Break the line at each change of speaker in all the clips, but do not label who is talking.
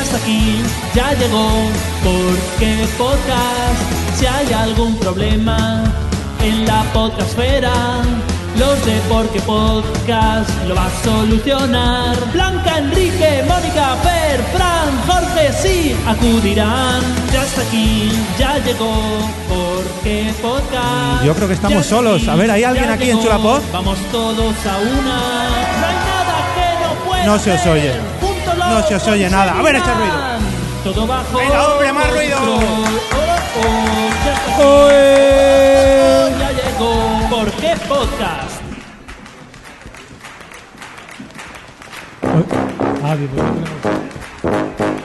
hasta aquí ya llegó. Porque podcast, si hay algún problema en la podcastfera, los de Porque Podcast lo va a solucionar. Blanca, Enrique, Mónica, Per, Fran, Jorge, sí, acudirán. Ya hasta aquí ya llegó. Porque Podcast.
Yo creo que estamos
ya está
solos. A ver, ¿hay
ya
alguien aquí en
llegó.
Chulapod?
Vamos todos a una. No hay nada que no pueda
No se os
ser.
oye.
Punto lo
No se os oye nada. A ver, echa ruido.
conseguirán. Todo bajo.
Venga, hombre, más ruido.
control. Oh, oh, ya está aquí. Ya llegó. ¿Por qué podcast?
Ah, digo, yo creo-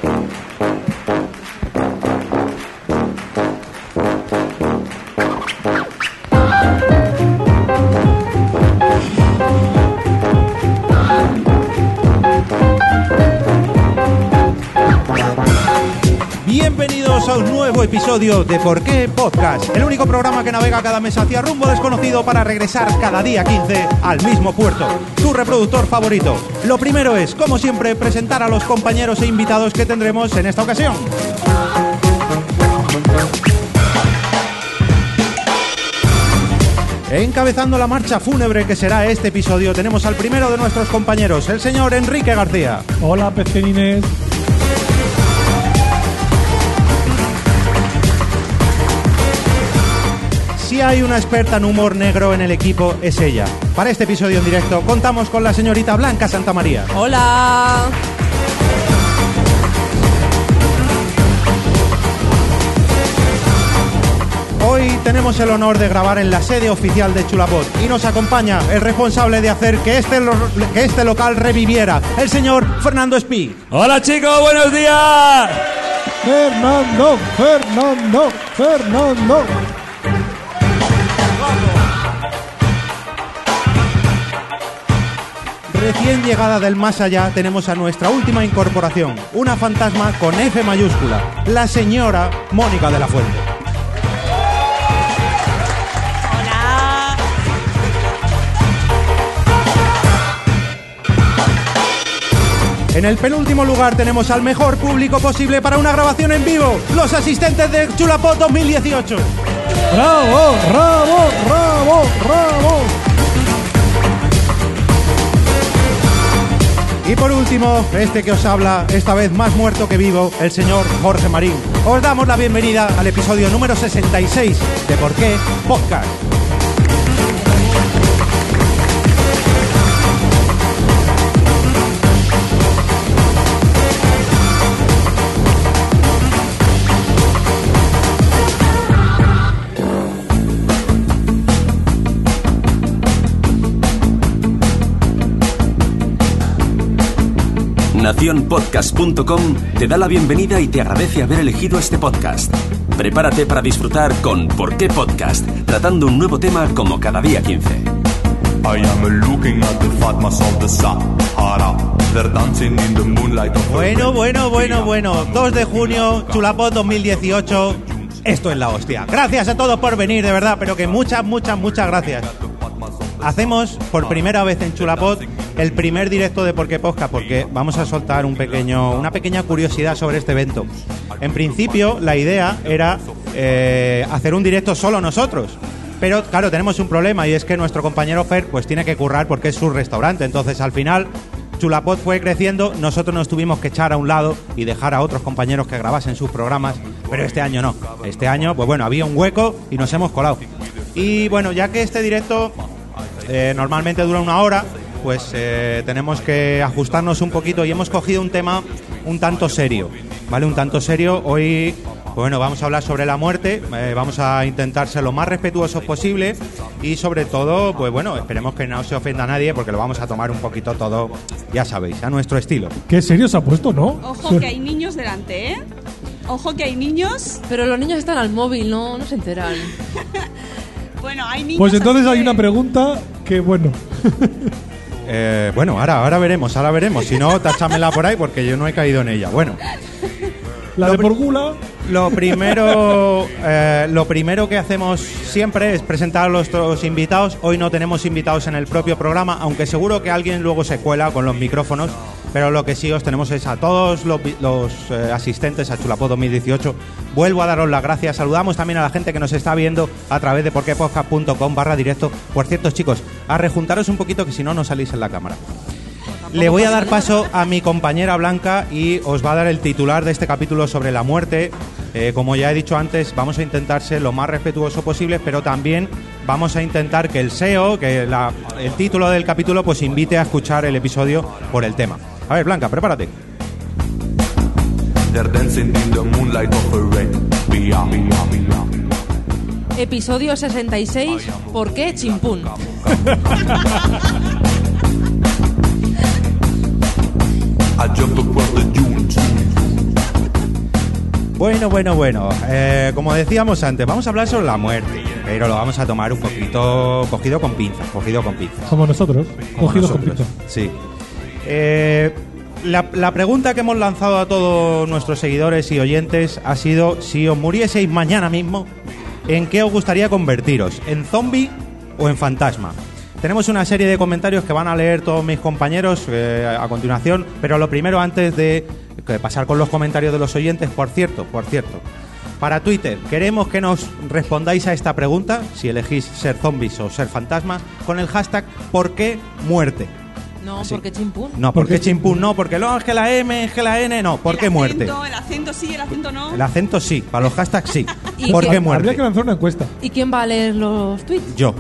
Bienvenidos a un nuevo episodio de Por qué Podcast, el único programa que navega cada mes hacia rumbo desconocido para regresar cada día 15 al mismo puerto, tu reproductor favorito. Lo primero es, como siempre, presentar a los compañeros e invitados que tendremos en esta ocasión. Encabezando la marcha fúnebre que será este episodio, tenemos al primero de nuestros compañeros, el señor Enrique García.
Hola, pecerines.
Si hay una experta en humor negro en el equipo, es ella. Para este episodio en directo contamos con la señorita Blanca Santamaría.
Hola.
Hoy tenemos el honor de grabar en la sede oficial de Chulapot y nos acompaña el responsable de hacer que este, lo- que este local reviviera, el señor Fernando Espí.
Hola chicos, buenos días.
Fernando, Fernando, Fernando.
Recién llegada del más allá tenemos a nuestra última incorporación, una fantasma con F mayúscula, la señora Mónica de la Fuente. En el penúltimo lugar tenemos al mejor público posible para una grabación en vivo, los asistentes de Chulapot 2018.
Bravo, bravo, bravo, bravo.
Y por último, este que os habla, esta vez más muerto que vivo, el señor Jorge Marín. Os damos la bienvenida al episodio número 66 de Por qué Podcast.
Naciónpodcast.com te da la bienvenida y te agradece haber elegido este podcast. Prepárate para disfrutar con ¿Por qué podcast? Tratando un nuevo tema como cada día 15.
I am looking at the fatmas of the Sahara. They're dancing in the moonlight of
Bueno, bueno, bueno, bueno. 2 de junio, Chulapot 2018. Esto es la hostia. Gracias a todos por venir, de verdad, pero que muchas, muchas, muchas gracias. Hacemos por primera vez en Chulapot el primer directo de Por qué Podcast, porque vamos a soltar un pequeño, una pequeña curiosidad sobre este evento. En principio, la idea era eh, hacer un directo solo nosotros. Pero claro, tenemos un problema y es que nuestro compañero Fer pues tiene que currar porque es su restaurante. Entonces, al final, Chulapot fue creciendo, nosotros nos tuvimos que echar a un lado y dejar a otros compañeros que grabasen sus programas, pero este año no. Este año, pues bueno, había un hueco y nos hemos colado. Y bueno, ya que este directo eh, normalmente dura una hora, pues eh, tenemos que ajustarnos un poquito y hemos cogido un tema un tanto serio, ¿vale? Un tanto serio. Hoy, bueno, vamos a hablar sobre la muerte, eh, vamos a intentar ser lo más respetuosos posible y sobre todo, pues bueno, esperemos que no se ofenda a nadie porque lo vamos a tomar un poquito todo, ya sabéis, a nuestro estilo.
Qué serio se ha puesto, ¿no?
Ojo que hay niños delante, ¿eh? Ojo que hay niños.
Pero los niños están al móvil, no, no se enteran.
Bueno, hay niños.
Pues entonces
así
hay
que-
una pregunta que, bueno,
Eh, bueno, ahora, ahora veremos, ahora veremos. Si no, táchamela por ahí porque yo no he caído en ella. Bueno.
la de por gula.
Lo primero, eh, lo primero que hacemos siempre es presentar a nuestros invitados. Hoy no tenemos invitados en el propio programa, aunque seguro que alguien luego se cuela con los micrófonos Pero lo que sí os tenemos es a todos los, vi- los, eh, asistentes a Chulapod 2018. Vuelvo a daros las gracias. Saludamos también a la gente que nos está viendo a través de porquepodcast.com barra directo. Por cierto, chicos, a rejuntaros un poquito que si no, no salís en la cámara. Le voy a dar paso a mi compañera Blanca y os va a dar el titular de este capítulo sobre la muerte. Eh, como ya he dicho antes, vamos a intentar ser lo más respetuoso posible, pero también vamos a intentar que el SEO, que la- el título del capítulo, pues invite a escuchar el episodio por el tema. A ver, Blanca, prepárate.
They're dancing in the moonlight of a rain. Bia, bia, bia.
Episodio 66, ¿por qué chimpún?
I jumped across the dunes.
Bueno, bueno, bueno. Eh, como decíamos antes, vamos a hablar sobre la muerte, pero lo vamos a tomar un poquito cogido con pinzas, cogido con pinzas.
Como nosotros,
como
cogidos con
nosotros.
pinzas.
Sí. Eh, la, la pregunta que hemos lanzado a todos nuestros seguidores y oyentes ha sido: si os murieseis mañana mismo, ¿en qué os gustaría convertiros? ¿En zombie o en fantasma? Tenemos una serie de comentarios que van a leer todos mis compañeros eh, a continuación, pero lo primero antes de que pasar con los comentarios de los oyentes, por cierto, por cierto. Para Twitter, queremos que nos respondáis a esta pregunta, si elegís ser zombies o ser fantasmas, con el hashtag ¿por qué muerte?
No,
Sí.
¿por qué chimpún?
No,
¿Por
porque
qué?
chimpún no, porque no, es que la M, es que la N, no, ¿por
El
qué muerte?
acento, El acento sí, el acento no.
El acento sí, para los hashtags sí.
¿Y
¿Por
qué?
qué
Habría
muerte?
que lanzar una encuesta.
¿Y quién va a leer los tweets?
Yo.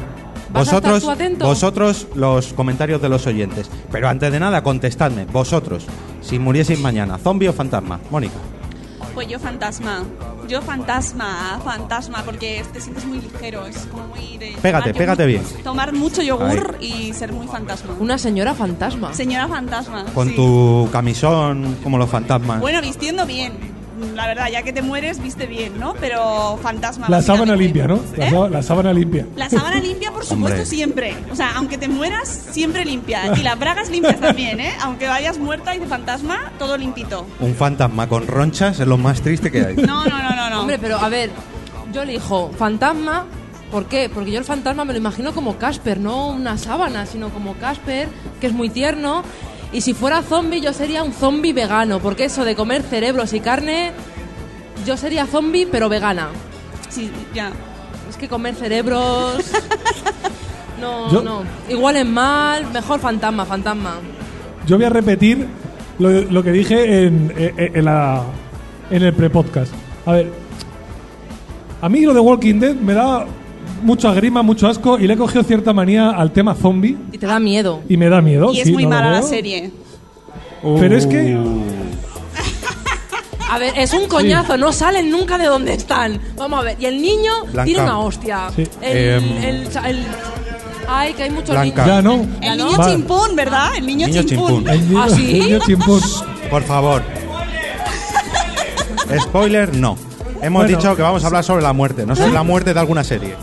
¿Vas a estar
Vosotros,
tú atento?
vosotros los comentarios de los oyentes. Pero antes de nada, contestadme, vosotros, si murieseis mañana, zombie o fantasma, Mónica.
Pues yo fantasma. Yo fantasma, fantasma, porque te sientes muy ligero. Es como muy de.
Pégate,
tomar
pégate
yogur-
bien.
Tomar mucho yogur y ser muy fantasma.
Una señora fantasma.
Señora fantasma.
Con
sí.
tu camisón, como los fantasmas.
Bueno, vistiendo bien. La verdad, ya que te mueres, viste bien, ¿no? Pero fantasma.
La sábana
básicamente.
limpia, ¿no? La,
¿Eh?
sá- la sábana limpia.
La sábana limpia, por supuesto,
Hombre.
siempre. O sea, aunque te mueras, siempre limpia. Y las bragas limpias también, ¿eh? Aunque vayas muerta y de fantasma, todo limpito.
Un fantasma con ronchas es lo más triste que hay.
No, no, no, no, no.
Hombre, pero a ver, yo elijo fantasma. ¿Por qué? Porque yo el fantasma me lo imagino como Casper, no una sábana, sino como Casper, que es muy tierno. Y si fuera zombie, yo sería un zombie vegano, porque eso de comer cerebros y carne, yo sería zombie pero vegana.
Sí, ya.
Es que comer cerebros. No,
Yo-
no. Igual es mal, mejor fantasma, fantasma.
Yo voy a repetir lo, lo que dije en, en- en la- en el pre-podcast. A ver, a mí lo de Walking Dead me da mucha grima, mucho asco y le he cogido cierta manía al tema zombie
Y te da miedo.
y me da miedo.
Y es
Oh, sí,
muy
no lo
mala la
veo.
serie.
Pero es que
Uh.
A ver, es un coñazo, no salen nunca de donde están. Vamos a ver, y el niño
Blanca.
tiene una hostia.
Sí.
El,
Em.
el- el- ay, que hay muchos
Blanca.
ya no.
El
¿no?
niño
Vale.
chimpún, ¿verdad? El niño,
Niño
chimpún.
chimpún.
El niño-
¿Ah, sí?
el niño chimpún.
Por favor. Spoiler, no. Hemos
Bueno.
dicho que vamos a hablar sobre la muerte, no sobre la muerte de alguna serie.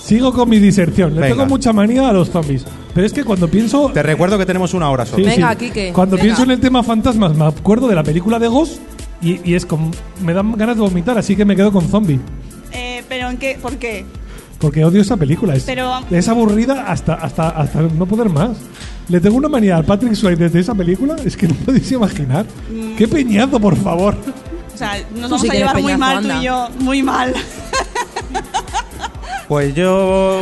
Sigo con mi diserción. Le
Venga.
tengo mucha manía a los zombies. Pero es que cuando pienso.
Te recuerdo que tenemos una hora
Sí,
sobre.
Venga,
sí.
Quique,
Cuando
venga.
pienso en el tema fantasmas, me acuerdo de la película de Ghost y, y es como. Me dan ganas de vomitar, así que me quedo con zombie.
Eh, pero ¿en qué? ¿Por qué?
Porque odio esa película. Es,
Pero-
es aburrida hasta, hasta, hasta no poder más. Le tengo una manía al Patrick Swayze desde esa película. Es que no podéis imaginar. ¡Qué peñazo, por favor!
O sea, nos
Tú
vamos
sí
a
que eres
llevar muy
peñazo,
mal tú
anda.
y yo. Muy mal.
Pues yo.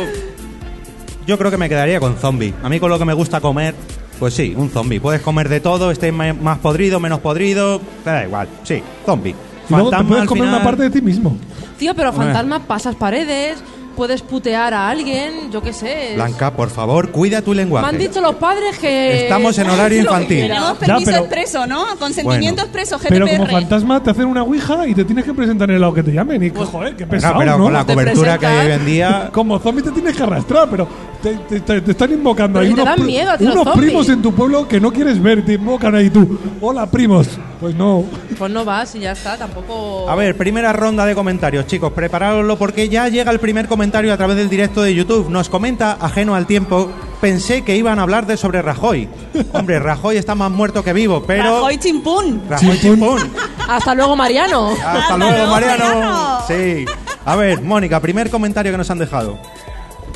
Yo creo que me quedaría con zombie. A mí con lo que me gusta comer, pues sí, un zombie. Puedes comer de todo, estés me- más podrido, menos podrido, te da igual. Sí, zombie.
Y luego te
Fantasma,
puedes
al
comer
final-
una parte de ti mismo.
Tío, pero fantasma pasas paredes, puedes putear a alguien, yo qué sé. es-
Blanca, por favor, cuida tu lenguaje.
Me han dicho los padres que.
Estamos en horario
lo que
infantil.
quieras.
Tenemos
Ya,
permiso
pero-
expreso, ¿no? Consentimiento expreso, GDPR.
Pero como fantasma te hacen una ouija y te tienes que presentar en el lado que te llamen. Y joder, qué
Venga,
pesado,
Pues, pero
¿no?
con la
Te
cobertura que hay hoy
presentan-
en día.
Como zombie te tienes que arrastrar, pero te, te- te- te están invocando.
Pero
Hay
si te
unos,
dan
pri-
miedo a ti los
unos
zombies.
primos en tu pueblo que no quieres ver, te invocan ahí tú. Hola, primos. Pues no.
Pues no vas y ya está, tampoco.
A ver, primera ronda de comentarios, chicos, preparároslo porque ya llega el primer comentario a través del directo de YouTube. Nos comenta, ajeno al tiempo, pensé que iban a hablar de sobre Rajoy. Hombre, Rajoy está más muerto que vivo, pero...
Rajoy chimpún.
Rajoy chimpún.
Hasta luego, Mariano.
Hasta
Hasta
luego,
luego,
Mariano.
Mariano.
Sí. A ver, Mónica, primer comentario que nos han dejado.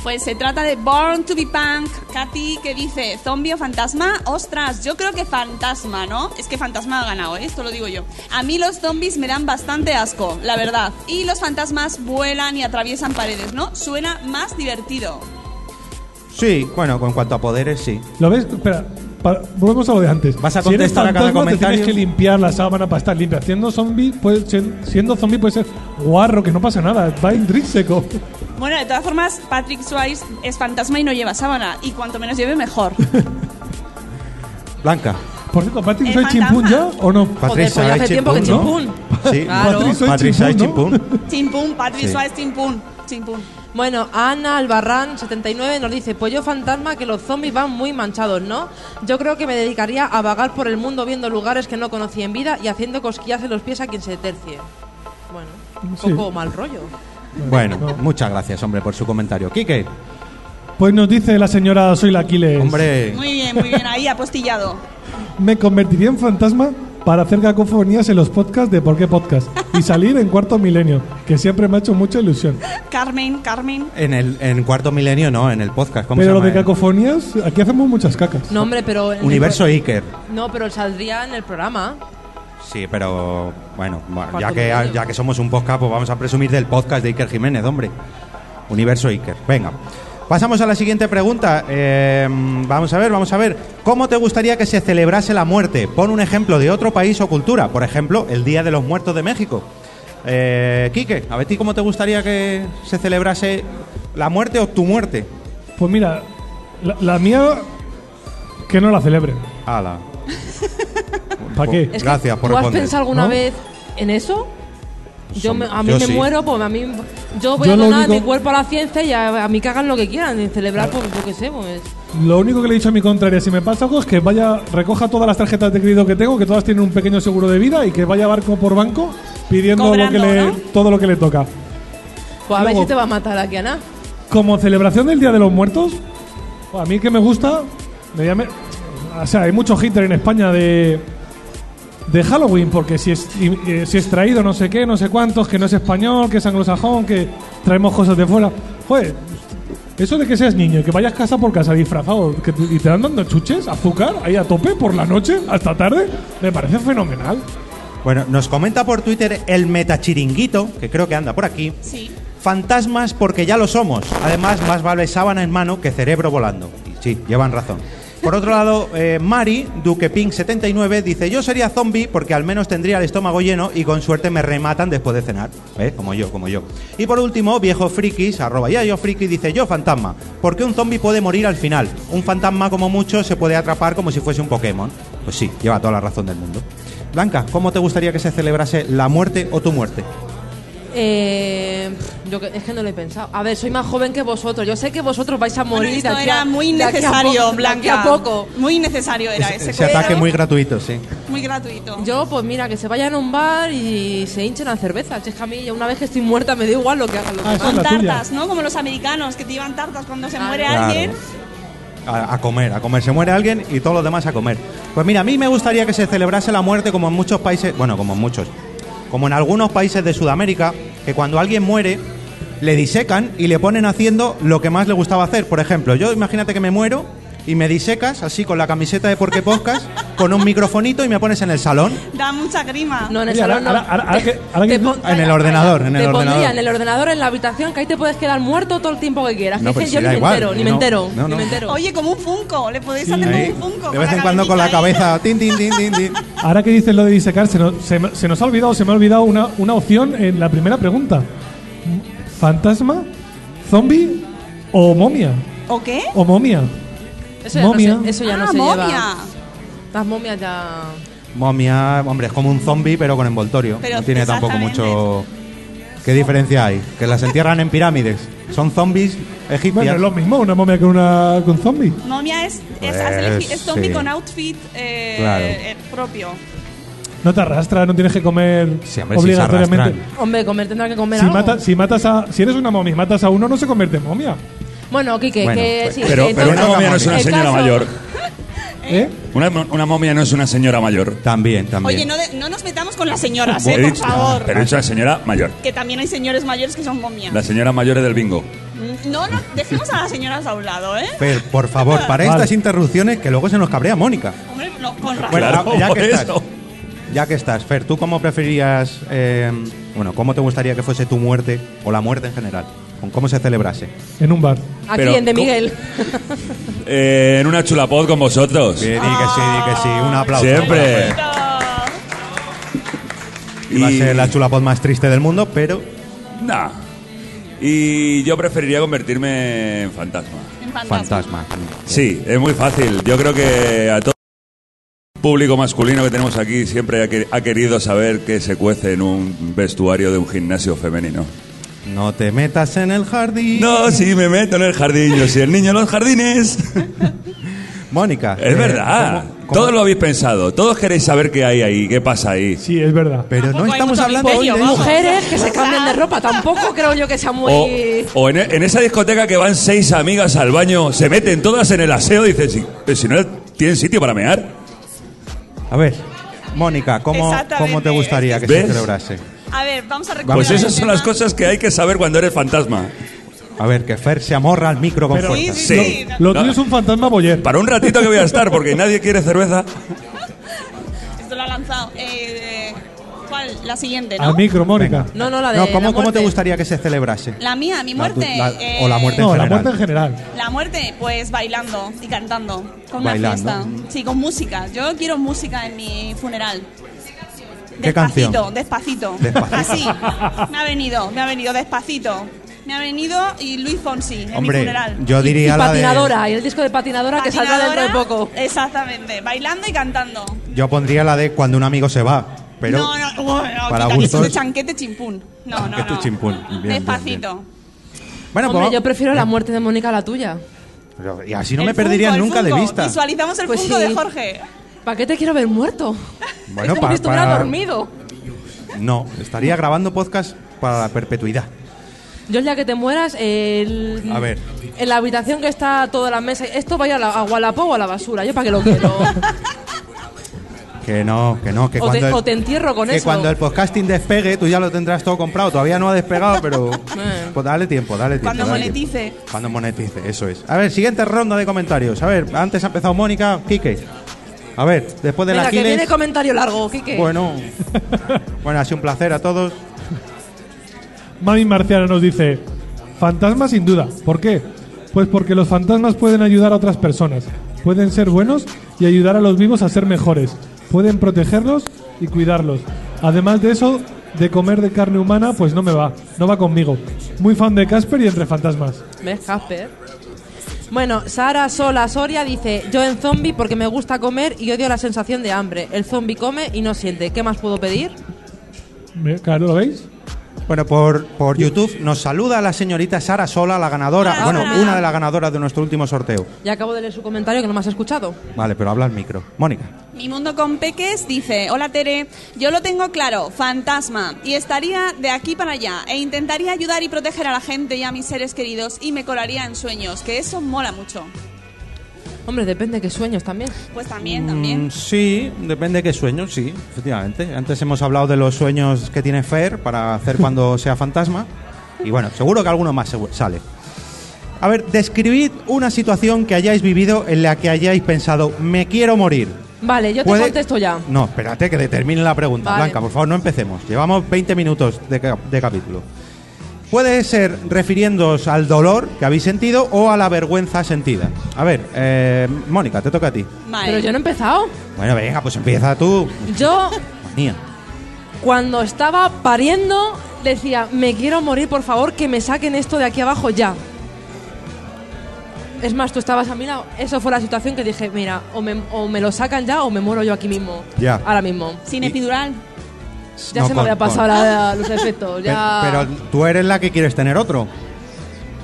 Pues se trata de Born to be Punk. Katy, que dice? ¿Zombie o fantasma? Ostras, yo creo que fantasma, ¿no? Es que fantasma ha ganado, ¿eh? esto lo digo yo. A mí los zombies me dan bastante asco, la verdad. Y los fantasmas vuelan y atraviesan paredes, ¿no? Suena más divertido.
Sí, bueno, con cuanto a poderes, sí.
¿Lo ves? Espera, pa- volvemos a lo de antes.
¿Vas a
si eres
contestar a cada
fantasma, te
comentario?
tienes que limpiar la sábana para estar limpia. Siendo zombie, puede ser- siendo zombie puede ser guarro, que no pasa nada, va intrínseco.
Bueno, de todas formas, Patrick Swayze es fantasma y no lleva sábana. Y cuanto menos lleve, mejor.
Blanca.
Por cierto, ¿Patrick
El
soy
fantasma.
chimpún ya o no?
Joder, pues ya hace tiempo que
Chimpún,
chimpún.
¿no? Sí,
Claro.
Patrick-
Soy
Patrick Sai
chimpún, ¿no?
Chimpún.
Chimpún, Patrick
Sí.
Swayze, chimpún. Chimpún.
Bueno, Ana Albarrán 79 nos dice, pues yo fantasma que los zombies van muy manchados, ¿no? Yo creo que me dedicaría a vagar por el mundo viendo lugares que no conocí en vida y haciendo cosquillas en los pies a quien se tercie. Bueno, un
Sí.
poco mal rollo.
Bueno, muchas gracias, hombre, por su comentario. Quique,
Pues nos dice la señora Soy la Aquiles.
hombre,
Muy bien, muy bien. Ahí apostillado.
Me convertiría en fantasma para hacer cacofonías en los podcasts de Por qué Podcast y salir en cuarto milenio, que siempre me ha hecho mucha ilusión.
Carmen, Carmen.
en el en cuarto milenio no, en el podcast. ¿cómo
Pero
se
lo
llama?
de cacofonías, aquí hacemos muchas cacas.
No, hombre, pero... en el-
Universo Iker.
No, pero saldría en el programa.
Sí, pero bueno, bueno, ya
Cuarto
que,
milenio.
ya que somos un podcast, pues vamos a presumir del podcast de Iker Jiménez, hombre. Universo Iker. Venga. Pasamos a la siguiente pregunta. Eh, vamos a ver, vamos a ver. ¿Cómo te gustaría que se celebrase la muerte? Pon un ejemplo de otro país o cultura. Por ejemplo, el Día de los Muertos de México. Eh, Quique, a ver, ti ¿cómo te gustaría que se celebrase la muerte o tu muerte?
Pues mira, la, la mía, que no la celebren.
Ala. Pues
¿Para qué?
Es que,
Gracias por
¿Tú has
responder.
pensado alguna
¿No?
vez en eso? Yo me- a mí
yo
me
sí.
muero, pues a mí yo voy
Yo
a
lo
donar
único-
mi cuerpo a la ciencia y a, a mí que hagan lo que quieran, en celebrar, pues yo qué sé, pues
Lo único que le he dicho a mi contraria, si me pasa algo, es que vaya, recoja todas las tarjetas de crédito que tengo, que todas tienen un pequeño seguro de vida y que vaya barco por banco pidiendo lo
Cobrando,
que le-
¿no?
todo lo que le toca.
Pues a ver
Luego-
si te va a matar aquí, Ana.
Como celebración del Día de los Muertos, a mí que me gusta, me llame- o sea, hay mucho hater en España de, de Halloween, porque si es, y- eh, si es traído no sé qué, no sé cuántos, que no es español, que es anglosajón, que traemos cosas de fuera. Joder, eso de que seas niño y que vayas casa por casa disfrazado que te- y te dan dando chuches, azúcar, ahí a tope por la noche, hasta tarde, me parece fenomenal.
Bueno, nos comenta por Twitter el metachiringuito, que creo que anda por aquí.
Sí.
Fantasmas porque ya lo somos. Además, más vale sábana en mano que cerebro volando. Y sí, llevan razón. Por otro lado, eh, Mari, Duque Pink 79, dice, yo sería zombie porque al menos tendría el estómago lleno y con suerte me rematan después de cenar. ¿Ves? Como yo, como yo. Y por último, viejo frikis, arroba ya yo friki, dice, yo fantasma. Porque un zombie puede morir al final. Un fantasma como mucho se puede atrapar como si fuese un Pokémon. Pues sí, lleva toda la razón del mundo. Blanca, ¿cómo te gustaría que se celebrase la muerte o tu muerte?
Eh, pff, yo que- es que no lo he pensado. A ver, soy más joven que vosotros. Yo sé que vosotros vais a
Bueno,
morir.
esto
de aquí
era
a-
muy
de aquí a
necesario,
poco- de aquí
Blanca.
a poco.
Muy necesario era ese,
Ese ataque
cuidado.
muy gratuito, sí.
Muy gratuito.
Yo, pues mira, que se vayan a un bar y se hinchen a cerveza. Si es que a mí, ya una vez que estoy muerta, me da igual lo que hagan los
Ah, eso
demás.
es la tuya.
tartas, ¿no? Como los americanos que te llevan tartas cuando se
Claro.
muere
Claro.
alguien.
A, a comer, a comer. Se muere alguien y todos los demás a comer. Pues mira, a mí me gustaría que se celebrase la muerte como en muchos países, bueno, como en muchos, como en algunos países de Sudamérica, que cuando alguien muere le disecan y le ponen haciendo lo que más le gustaba hacer. Por ejemplo, yo imagínate que me muero y me disecas así con la camiseta de Porque Podcast, con un microfonito y me pones en el salón,
Da mucha grima.
No, en el
Oye, ahora-
salón no.
ahora- ahora- ahora que- ahora que-
pon-
En
en el ordenador, en
te
el
pondría en el
ordenador.
ordenador en la habitación que ahí te puedes quedar muerto todo el tiempo que quieras.
No,
Que
pero
es
si
que yo
da
ni me
igual,
entero, ni me
no,
entero,
no,
ni
no.
me entero.
Oye, como un Funko. Le podéis hacer
Ahí,
como un Funko.
de vez en cuando con la
cabecita
cabeza, tin, tin, tin, tin, tin.
Ahora que dices lo de disecar, se nos, se me- se nos ha olvidado, se me ha olvidado una, una opción en la primera pregunta. ¿Fantasma, zombie o momia?
ahí. ¿O qué?
O momia.
Eso ya no
momia.
se- eso ya
ah,
no se
momia.
lleva. Las momias ya...
Momia, hombre, es como un zombie pero con envoltorio.
Pero
no tiene tampoco
exactamente.
mucho. ¿Qué diferencia hay? Que las entierran en pirámides. Son zombies egipcios.
Bueno, es lo mismo, una momia que una con zombie.
Momia es, es,
Pues,
es, es zombie
sí.
con outfit eh,
Claro.
eh, propio.
No te arrastra, no tienes que comer
Sí, hombre, si se
obligatoriamente.
arrastran.
Hombre, comer tendrá que comer
Si,
algo.
mata- si matas a, si eres una momia y matas a uno, no se convierte en momia.
Bueno, Quique,
Bueno,
que sí.
pues, Pero,
que
pero una
entonces-
momia no es una
el
señora
caso-
mayor.
¿Eh?
Una, mo- una momia no es una señora mayor.
También, también.
Oye, no, de- no nos metamos con las señoras, eh,
He
por
dicho-
favor.
Pero he dicho la señora mayor.
Que también hay señores mayores que son momia.
La señora mayor es del bingo.
Mm, No, no, dejemos a las señoras a un lado, ¿eh?
Pero, por favor, para
Vale.
estas interrupciones que luego se nos cabrea Mónica.
Hombre, no, con razón.
Bueno,
Claro,
ya
por
que estás.
eso.
Ya que estás, Fer, ¿tú cómo preferirías, eh, bueno, cómo te gustaría que fuese tu muerte o la muerte en general? ¿Con cómo se celebrase?
En un bar.
Aquí
Pero,
en De
¿cómo?
Miguel.
Eh, en una chulapod con vosotros.
Que di que sí, di que sí, un aplauso.
Siempre.
Iba a ser la chulapod más triste del mundo, pero
Nah. Y yo preferiría convertirme en fantasma.
En fantasma.
fantasma.
Sí, es muy fácil. Yo creo que a todo el público masculino que tenemos aquí siempre ha que- ha querido saber qué se cuece en un vestuario de un gimnasio femenino.
No te metas en el jardín.
No, si me meto en el jardín, yo soy el niño en los jardines.
Mónica. eh,
Es verdad.
¿cómo- cómo-
Todos lo habéis pensado. Todos queréis saber qué hay ahí, qué pasa ahí.
Sí, es verdad.
Pero no
Tampoco hay
estamos
mucho
hablando hoy
misterio,
de
vamos.
eso.
Mujeres que se cambian de ropa, tampoco creo yo que sea muy...
O,
Pues-
o en, e, en esa discoteca que van seis amigas al baño, se meten todas en el aseo y dicen, si, pero si no tienen sitio para mear.
A ver, Mónica, ¿cómo,
Exactamente,
¿cómo te gustaría que
¿Ves?
se celebrase?
A ver, vamos a recordar.
Pues
el
esas son
tema.
las cosas que hay que saber cuando eres fantasma.
A ver, que Fer se amorra al micro con
Pero-
fuerza.
Sí,
Sí.
Lo
No,
tuyo es un fantasma boyer.
Para un ratito que voy a estar, porque nadie quiere cerveza.
Esto lo ha lanzado. Eh, ¿Cuál? La siguiente, ¿no?
Al micro, Mónica.
No, no, la de
No, ¿cómo,
la
cómo te
muerte.
gustaría que se celebrase?
La mía, mi
La tu-
muerte.
la-
eh,
o la muerte.
No, la
general.
muerte en general.
La muerte, pues bailando y cantando. Con
Bailando.
una fiesta. Sí, con música. Yo quiero música en mi funeral.
¿Qué
despacito,
canción?
Despacito,
Despacito.
Así. Me ha venido, me ha venido despacito. Me ha venido y Luis Fonsi en mi
Hombre,
funeral.
yo
Y,
diría la de.
patinadora, y el disco de patinadora, que saldrá dentro de
Patinadora,
poco.
Exactamente, bailando y cantando.
Yo pondría la de cuando un amigo se va. Pero
no, no, no, no,
para
quita, que es un
gustos.
chanquete chimpún. No, no,
Chanquete
no.
chimpún, bien, bien,
Despacito.
Bueno,
Hombre,
pues,
yo prefiero la muerte de Mónica a la tuya.
pero- y así no
El
me perdería
Funko, el
nunca de
Funko.
vista.
Visualizamos el
Pues
punto
sí.
de Jorge.
¿Para qué te quiero ver muerto?
Bueno,
es como
pa-
si estuviera
para-
dormido.
No, estaría grabando podcast para la perpetuidad.
Yo el día que te mueras, el-
A ver.
en la habitación que está toda la mesa, esto vaya a, la, a Wallapop o a la basura, yo para qué lo quiero.
Que no, que no, que
O
cuando.
te-
el-
o te entierro con
que
eso.
cuando el podcasting despegue, tú ya lo tendrás todo comprado. Todavía no ha despegado, pero. pues dale tiempo, dale tiempo.
Cuando
dale
monetice.
tiempo. Cuando monetice, eso es. A ver, siguiente ronda de comentarios. A ver, antes ha empezado Mónica, Quique. A ver, después de
Venga,
la
que
Quiles.
viene comentario largo, Quique.
Bueno. bueno, ha sido un placer a todos.
Mami Marciana nos dice, fantasma sin duda. ¿Por qué? Pues porque los fantasmas pueden ayudar a otras personas, pueden ser buenos y ayudar a los vivos a ser mejores, pueden protegerlos y cuidarlos. Además de eso, de comer de carne humana, pues no me va, no va conmigo. Muy fan de Casper y entre fantasmas.
¿Ves, Casper? Bueno, Sara Sola Soria dice, yo en zombie porque me gusta comer y odio la sensación de hambre. El zombie come y no siente. ¿Qué más puedo pedir?
Mira, Claro, ¿lo veis?
Bueno, por, por YouTube nos saluda la señorita Sara Sola, la ganadora,
Hola,
bueno,
Sara.
una de las ganadoras de nuestro último sorteo.
Ya acabo de leer su comentario que no me has escuchado.
Vale, pero habla al micro. Mónica.
Mi mundo con peques dice, hola Tere, yo lo tengo claro, fantasma, y estaría de aquí para allá, e intentaría ayudar y proteger a la gente y a mis seres queridos, y me colaría en sueños, que eso mola mucho.
Hombre, depende de qué sueños también.
Pues también, también.
Mm, Sí, depende de qué sueño, sí, efectivamente. Antes hemos hablado de los sueños que tiene Fer para hacer cuando sea fantasma. Y bueno, seguro que alguno más segu- sale. A ver, describid una situación que hayáis vivido en la que hayáis pensado, me quiero morir.
Vale, yo te
Puede-
contesto ya.
No, espérate que te termine la pregunta,
Vale.
Blanca, por favor, no empecemos. Llevamos 20 minutos de, ca- de capítulo. Puede ser refiriéndoos al dolor que habéis sentido o a la vergüenza sentida. A ver, eh, Mónica, te toca a ti.
Vale.
Pero yo no he empezado.
Bueno, venga, pues empieza tú.
Yo,
Manía.
cuando estaba pariendo, decía, me quiero morir, por favor, que me saquen esto de aquí abajo ya. Es más, tú estabas a mi lado. Eso fue la situación que dije, mira, o me, o me lo sacan ya o me muero yo aquí mismo.
Ya.
Ahora mismo.
Sin epidural.
Ya
No,
se me
con-
había pasado
con-
la- los efectos.
Pe-
Ya...
Pero, tú eres la que quieres tener otro.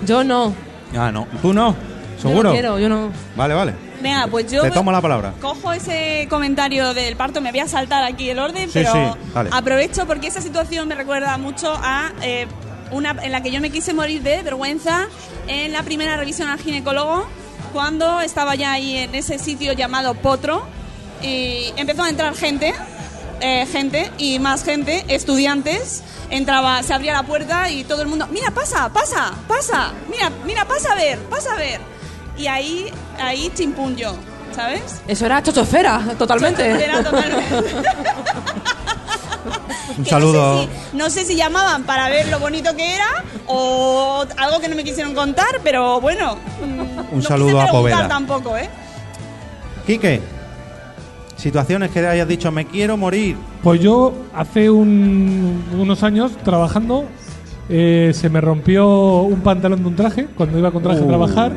yo no.
Ah, no. ¿Tú no?
Yo no
¿Seguro?
quiero, yo no.
Vale, vale.
Venga, pues yo
Te
me-
tomo la palabra.
cojo ese comentario del parto, me voy a saltar aquí el orden,
Sí,
pero
sí, dale.
aprovecho porque esa situación me recuerda mucho a eh, una en la que yo me quise morir de vergüenza en la primera revisión al ginecólogo, cuando estaba ya ahí en ese sitio llamado Potro y empezó a entrar gente eh, gente y más gente, estudiantes. Entraba, se abría la puerta y todo el mundo, mira, pasa, pasa, pasa, mira, mira, pasa a ver, pasa a ver. Y ahí, ahí chimpún yo, ¿sabes?
Eso era chochofera, totalmente.
Era totalmente.
Un
Pues
Que
saludo.
No sé, si, no sé si llamaban para ver lo bonito que era o algo que no me quisieron contar, pero bueno. mm, no quise
saludo a
preguntar
Poveda.
tampoco, ¿eh?
Quique, situaciones que hayas dicho, me quiero morir.
Pues yo hace un- unos años trabajando eh, se me rompió un pantalón de un traje cuando iba con traje a trabajar,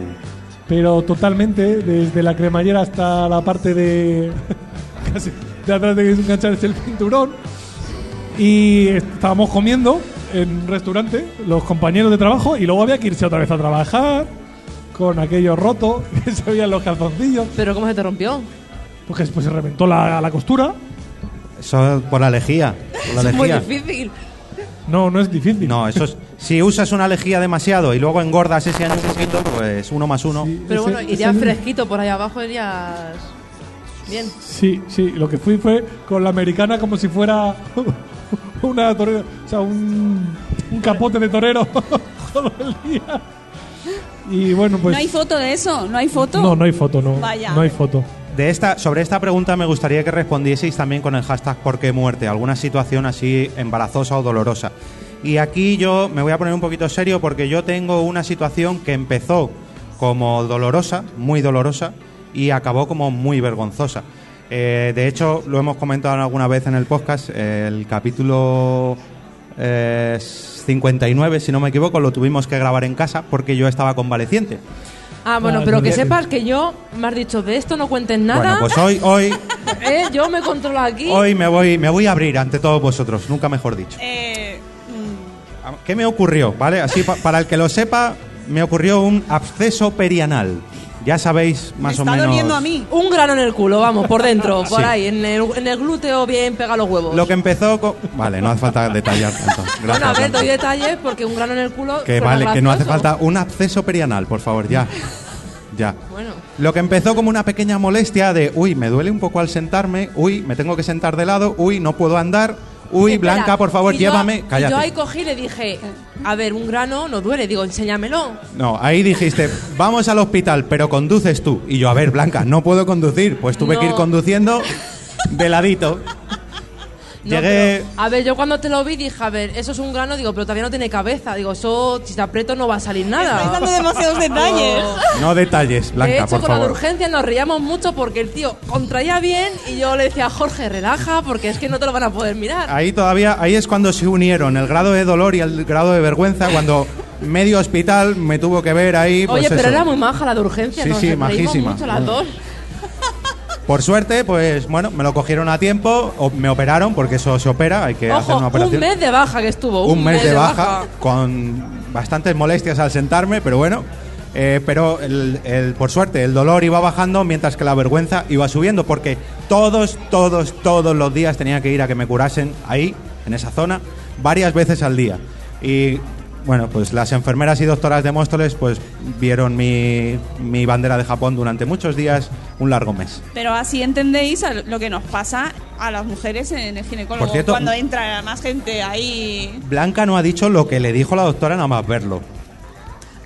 pero totalmente desde la cremallera hasta la parte de casi de atrás de engancharse el cinturón y estábamos comiendo en un restaurante los compañeros de trabajo y luego había que irse otra vez a trabajar con aquello roto que se veían los calzoncillos
Pero ¿cómo se te rompió?
porque después se reventó la, la costura.
Eso es por la lejía. Por la
Es muy
lejía.
difícil.
No, no es difícil.
No, eso es. Si usas una lejía demasiado y luego engordas ese año, pues uno más uno.
Pero
Ese-
bueno, irías
ese-
fresquito por ahí abajo, irías. Bien.
Sí, sí, lo que fui fue con la americana como si fuera una torero, o sea, un, un capote de torero todo el día. Y bueno, pues
¿No hay foto de eso? ¿No hay foto?
No, no hay foto, no.
Vaya.
No hay foto.
De esta, sobre esta pregunta me gustaría que respondieseis también con el hashtag ¿Por qué muerte? Alguna situación así embarazosa o dolorosa. Y aquí yo me voy a poner un poquito serio porque yo tengo una situación que empezó como dolorosa, muy dolorosa, y acabó como muy vergonzosa. Eh, de hecho, lo hemos comentado alguna vez en el podcast, eh, el capítulo eh, 59, si no me equivoco, lo tuvimos que grabar en casa porque yo estaba convaleciente.
Ah, bueno,
Ah,
pero
no
que
había-
sepas que yo me has dicho de esto no cuentes nada.
Bueno, pues hoy, hoy,
Eh, Yo me controlo aquí.
hoy me, voy, me voy a abrir ante todos vosotros, nunca mejor dicho. Ah,
Eh,
¿Qué me ocurrió? ¿Vale? Así pa- para el que lo sepa, me ocurrió un absceso perianal. Ya sabéis más
me
o
está
menos.
doliendo a mí.
Un grano en el culo, vamos, por dentro, por
Sí.
ahí, en el, en el glúteo bien pega los huevos.
Lo que empezó con. Vale, no hace falta detallar tanto.
bueno,
Gracias.
a ver,
Blanca.
doy detalles porque un grano en el culo.
que
suena
vale, que no hace
gracioso.
falta un absceso perianal, por favor, ya. Ya.
Bueno.
Lo que empezó como una pequeña molestia de, uy, me duele un poco al sentarme, uy, me tengo que sentar de lado, uy, no puedo andar, uy,
Espera,
Blanca, por favor,
y yo-
llévame.
y
Cállate.
Yo ahí cogí y le dije, a ver, un grano no duele, digo, enséñamelo.
No, ahí dijiste, vamos al hospital, pero conduces tú. Y yo, a ver, Blanca, no puedo conducir. Pues tuve que ir
No.
conduciendo de ladito.
No,
Llegué.
pero, a ver, yo cuando te lo vi dije, a ver, eso es un grano, digo, pero todavía no tiene cabeza. Digo, eso, si te aprieto no va a salir
Estáis
nada.
dando demasiados detalles.
No detalles, Blanca,
de hecho,
por
con la de
favor.
urgencia nos reíamos mucho porque el tío contraía bien y yo le decía, Jorge, relaja porque es que no te lo van a poder mirar.
Ahí todavía, ahí es cuando se unieron el grado de dolor y el grado de vergüenza, cuando medio hospital me tuvo que ver ahí. Pues
Oye, pero
eso.
era muy maja la de urgencia,
Sí,
nos
sí,
reímos
majísima. Mm.
mucho las dos.
Por suerte, pues bueno, me lo cogieron a tiempo, o- me operaron, porque eso se opera, hay que hacer una
Ojo,
operación.
un mes de baja que estuvo.
un mes de baja, con bastantes molestias al sentarme, pero bueno. Eh, pero el- el- por suerte, el dolor iba bajando mientras que la vergüenza iba subiendo, porque todos, todos, todos los días tenía que ir a que me curasen ahí, en esa zona, varias veces al día. Y bueno, pues las enfermeras y doctoras de Móstoles pues vieron mi, mi bandera de Japón durante muchos días, un largo mes.
Pero así entendéis a lo que nos pasa a las mujeres en el ginecólogo.
Por cierto,
cuando entra más gente ahí.
Blanca no ha dicho lo que le dijo la doctora nada más verlo.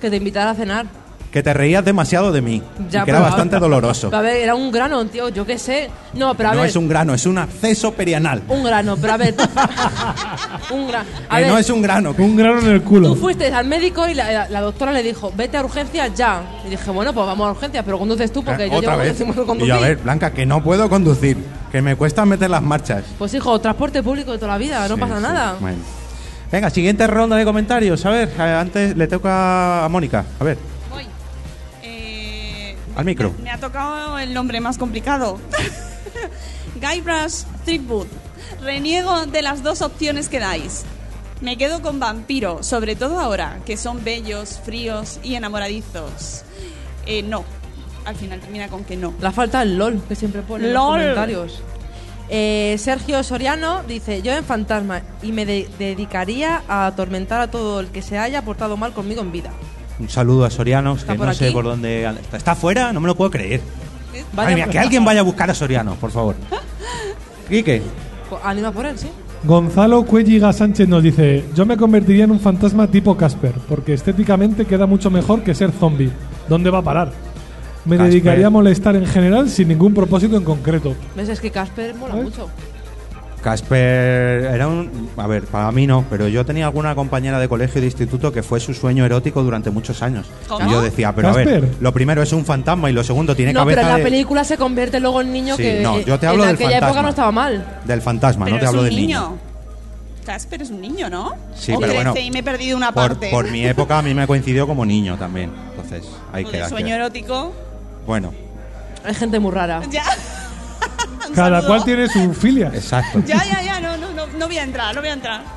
Que te invitara a cenar.
Que te reías demasiado de mí.
Ya,
y que era
pero-
bastante doloroso.
A ver, era un grano, tío, yo qué sé. No, pero a
no
ver.
es un grano, es un acceso perianal.
Un grano, pero a ver. un grano. A
que
ver,
no es un grano. que-
Un grano en el
tú
culo.
fuiste al médico y la, la- la doctora le dijo, vete a urgencias ya. Y dije, bueno, pues vamos a urgencias, pero conduces tú porque
Eh,
yo
Otra
llevo
vez.
muchísimo
Y yo, a ver, Blanca, que no puedo conducir. Que me cuesta meter las marchas.
Pues hijo, transporte público de toda la vida, no
Sí,
pasa
sí.
nada.
Bueno. Venga, siguiente ronda de comentarios. A ver, eh, antes le toca a Mónica. A ver.
Voy. Eh,
Al micro.
Me, me ha tocado el nombre más complicado. Guybrush Threepwood. Reniego de las dos opciones que dais. Me quedo con vampiro, sobre todo ahora, que son bellos, fríos y enamoradizos. Eh, no. Al final termina con que no.
La falta el LOL, que siempre pone en los
LOL.
comentarios. Eh, Sergio Soriano dice, yo en Fantasma y me de- dedicaría a atormentar a todo el que se haya portado mal conmigo en vida.
Un saludo a Sorianos, que
por
no sé
aquí?
por dónde. anda. ¿Está- ¿Está fuera? No me lo puedo creer.
Vaya
Madre mía, que alguien vaya a buscar a Soriano, por favor. Quique,
Co- pues, Anima por él, sí.
Gonzalo Cuelliga Sánchez nos dice: Yo me convertiría en un fantasma tipo Casper, porque estéticamente queda mucho mejor que ser zombie. ¿Dónde va a parar? Me
Casper.
dedicaría a molestar en general sin ningún propósito en concreto.
¿Ves? Es que Casper mola
¿Ves?
mucho.
Casper era un... A ver, para mí no, pero yo tenía alguna compañera de colegio y de instituto que fue su sueño erótico durante muchos años.
¿Cómo?
Y yo decía, pero a ver,
¿Casper?
lo primero es un fantasma y lo segundo tiene
No,
cabeza
pero en la
de-
película se convierte luego en niño
Sí,
que
no, yo te
eh,
hablo
en
del
aquella
fantasma.
época no estaba mal.
del fantasma,
Pero
Ah, no te
es
hablo
un
del niño.
Casper es un niño, ¿no?
Sí,
O
pero bueno,
crece y me he perdido una
Por,
parte.
por mi época a mí me coincidió como niño también. Entonces, ahí
Lo del
queda.
sueño
que-
erótico.
Bueno,
Hay gente muy rara.
Ya. Un
Cada
saludo.
cual tiene sus filias.
exacto.
Ya, ya, ya, no, no, no, no voy a entrar, no voy a entrar.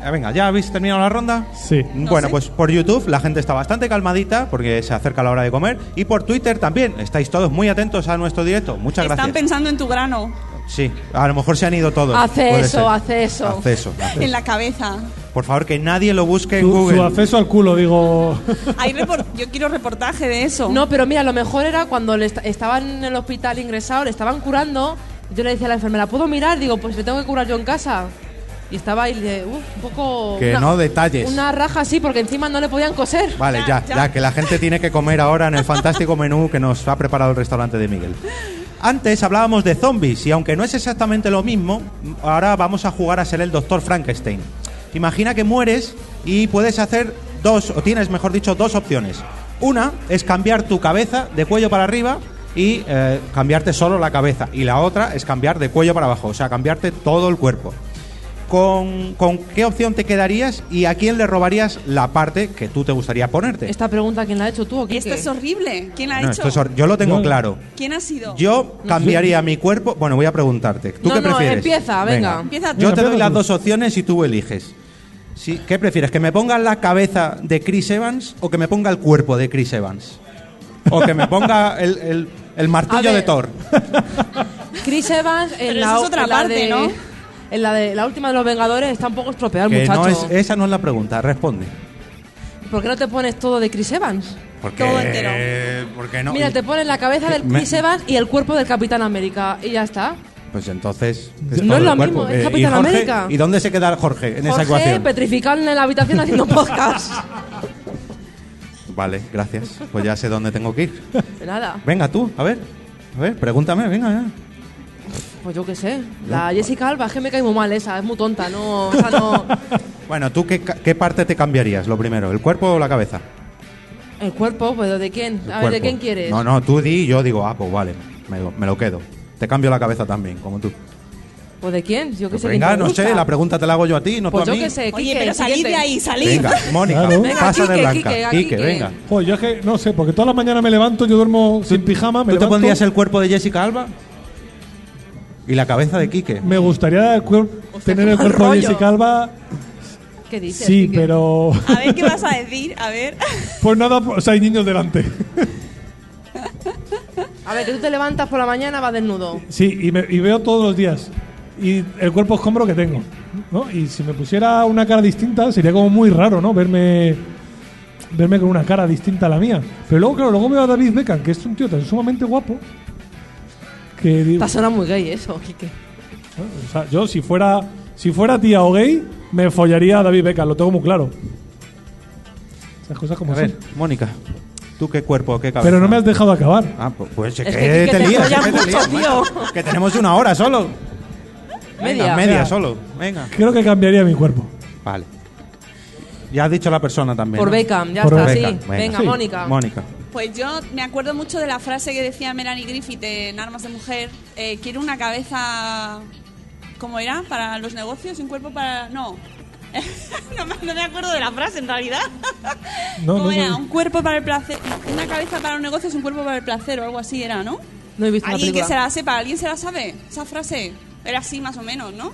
Eh, Venga, ¿ya habéis terminado la ronda?
Sí.
bueno,
sé.
pues por YouTube la gente está bastante calmadita porque se acerca la hora de comer. Y por Twitter también. Estáis todos muy atentos a nuestro directo. Muchas
Están
gracias.
pensando en tu grano,
Sí, a lo mejor se han ido todos.
Hace
Puede
eso,
ser.
hace eso.
Hace eso, hace
en
eso.
la cabeza.
Por favor, que nadie lo busque en
Su,
Google.
su acceso al culo, digo.
Hay repor- Yo quiero reportaje de eso.
No, pero mira, lo mejor era cuando le esta- estaban en el hospital ingresado, le estaban curando. Yo le decía a la enfermera, ¿puedo mirar? Digo, pues le tengo que curar yo en casa. Y estaba ahí de, "Uf, un poco.
Que
una-
no detalles.
Una raja así, porque encima no le podían coser.
Vale, ya,
Ya,
ya,
ya.
que la gente tiene que comer ahora en el fantástico menú que nos ha preparado el restaurante de Miguel. Antes hablábamos de zombies y aunque no es exactamente lo mismo, ahora vamos a jugar a ser el doctor Frankenstein. Imagina que mueres y puedes hacer dos, o tienes, mejor dicho, dos opciones. Una es cambiar tu cabeza de cuello para arriba y eh, cambiarte solo la cabeza. Y la otra es cambiar de cuello para abajo, o sea, cambiarte todo el cuerpo. ¿Con, con qué opción te quedarías y a quién le robarías la parte que tú te gustaría ponerte?
Esta pregunta, ¿quién la ha hecho tú o qué?
Esto Este es horrible. ¿Quién la ha
No, esto
hecho?
es hor- yo lo tengo
No.
claro.
¿Quién ha sido?
Yo cambiaría mi cuerpo. Bueno, voy a preguntarte. ¿Tú
No,
qué
no,
prefieres?
empieza, venga.
Empieza tú.
Yo te
Venga,
doy
empieza
las
tú.
dos opciones y tú eliges. Sí, ¿Qué prefieres? ¿Que me pongan la cabeza de Chris Evans o que me ponga el cuerpo de Chris Evans? ¿O que me ponga el, el- el martillo
A
de
ver.
Thor?
Chris Evans en
Pero
la,
esa es otra
en la
parte,
de-
¿no?
En la de la última de los Vengadores está un poco estropeado el
Que no
muchacho.
es, eh. esa no es la pregunta, responde.
¿Por qué no te pones todo de Chris Evans?
Porque,
Todo entero.
porque no.
Mira, te pones la cabeza del
Me-
Chris Evans y el cuerpo del Capitán América y ya está.
Pues entonces.
No
todo
es lo
el cuerpo.
mismo, es
Eh,
Capitán
¿y Jorge?
América.
¿Y dónde se queda Jorge en esa
Jorge
ecuación?
petrificado en la habitación haciendo podcast.
Vale, gracias. Pues ya sé dónde tengo que ir.
De Pues Nada.
Venga tú, a ver. A ver, pregúntame, venga ya.
Pues yo qué sé. La Jessica Alba es que me cae muy mal esa, es muy tonta, no, o sea, no
Bueno, ¿tú qué, ca- qué parte te cambiarías lo primero? ¿El cuerpo o la cabeza?
el cuerpo, pues de quién?
El
A ver, ¿de
cuerpo.
quién quieres?
No, no, tú di y yo digo, ah, pues vale, me lo, me lo quedo. Te cambio la cabeza también, como tú.
Pues de quién? Yo qué sé.
venga,
¿quién te
no
gusta?
sé, la pregunta te la hago yo a ti, no
Pues
tú a
yo
mí.
qué sé,
Oye,
Quique,
pero salid
siguiente.
de ahí, salid.
Venga, Mónica,
Claro.
Venga,
pasa de
Quique,
blanca.
Quique, a
Quique,
Quique.
venga.
Joder, yo es que no sé, porque todas las mañanas me levanto, yo duermo sin pijama. Me
¿Tú te
levanto,
pondrías el cuerpo de Jessica Alba? ¿Y la cabeza de Quique?
Me gustaría el cuer- tener el
qué mal
cuerpo de
rollo.
Jessica Alba.
¿Qué dices?
Sí,
Quique?
pero.
A ver qué vas a decir, a ver.
Pues nada, o sea, hay niños delante.
A ver, que tú te levantas por la mañana vas desnudo.
Sí, y, me- y veo todos los días. Y el cuerpo escombro que tengo. ¿no? Y si me pusiera una cara distinta, sería como muy raro, ¿no? Verme verme con una cara distinta a la mía. Pero luego, claro, luego veo a David Beckham, que es un tío tan sumamente guapo, que digo,
Te suena muy gay eso, Quique.
o sea, yo si fuera, si fuera tía o gay, me follaría a David Beckham, lo tengo muy claro. Esas cosas como
A ver,
son.
Mónica, ¿tú qué cuerpo o qué cabeza?
Pues Pero no me has dejado acabar.
Ah, pues, pues es
Es
que,
que Quique
te
te
lías, es
follan
que te
mucho,
lías, macho.
tío.
Que tenemos una hora solo. Venga,
Media.
media solo. Venga.
Creo que cambiaría mi cuerpo.
Vale. Ya has dicho la persona también.
Por
¿no?
Beckham, ya
Por
está,
Beckham,
sí.
venga.
Venga,
Sí.
Mónica.
Mónica.
Pues yo me acuerdo mucho de la frase que decía Melanie Griffith en Armas de Mujer. eh, quiero una cabeza... ¿Cómo era? ¿Para los negocios? y ¿Un cuerpo para...? No. no, me- no me acuerdo de la frase, en realidad.
No,
¿Cómo
no,
era?
no.
Un cuerpo para el placer... Una cabeza para los negocios, un cuerpo para el placer o algo así era, ¿no?
No he visto la
Alguien que
película.
se la sepa, alguien se la sabe. Esa frase era así más o menos, ¿no?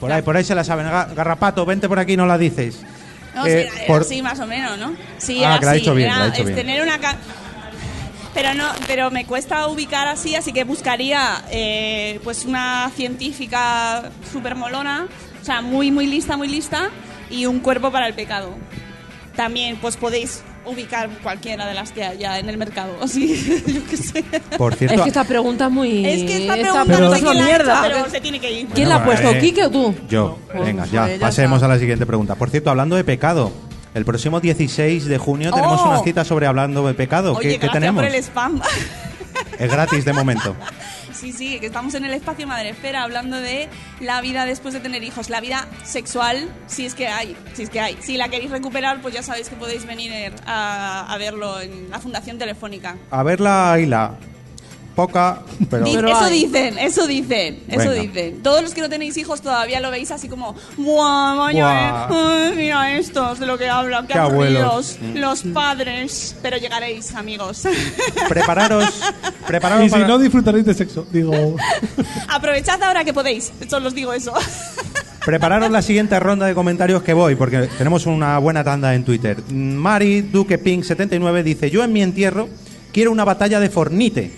Por ahí, por ahí se la saben. Ga- Garrapato, vente por aquí, no la dices.
No,
Eh,
sí, era, era
por-
así más o menos, ¿no? Sí,
Ah,
era
que la ha
así,
hecho bien,
era,
la ha hecho
es
bien.
tener una ca- pero no, pero me cuesta ubicar así, así que buscaría eh, pues una científica súper molona, o sea, muy muy lista, muy lista y un cuerpo para el pecado. También pues podéis ubicar cualquiera de las que haya en el mercado. Así, yo qué sé.
Por
Es
cierto,
que esta pregunta es muy.
Es que esta pregunta no sé
Pues es una
quién la ha
mierda.
hecho, pero se tiene que ir.
¿Quién la ha
Bueno,
puesto,
eh.
Kike o tú?
yo,
Pues,
venga, ya,
eh, ya
pasemos
está.
a la siguiente pregunta. Por cierto, hablando de pecado, el próximo 16 de junio tenemos
Oh.
una cita sobre hablando de pecado.
Oye,
¿Qué- ¿Qué,
gracias
tenemos?
por el spam.
Es gratis de momento.
Sí, sí, que estamos en el espacio Madre Esfera hablando de la vida después de tener hijos, la vida sexual, si es que hay, si es que hay. Si la queréis recuperar, pues ya sabéis que podéis venir eh, a, a verlo en la Fundación Telefónica.
A verla, Hila. Poca, pero.
Di-
Pero
eso
hay.
dicen, eso dicen, eso
Venga.
dicen. Todos los que no tenéis hijos todavía lo veis así como, ¡guau, vaya,
Guau.
eh! Ay, mira estos de lo que hablan, qué,
Qué abuelos. Mm.
aburridos, los padres. Pero llegaréis, amigos.
prepararos. prepararos
Y si
para-
no disfrutaréis de sexo, digo.
Aprovechad ahora que podéis, solo os digo eso.
Prepararos la siguiente ronda de comentarios que voy, porque tenemos una buena tanda en Twitter. Mari Duque Pink 79 dice: Yo en mi entierro quiero una batalla de Fornite.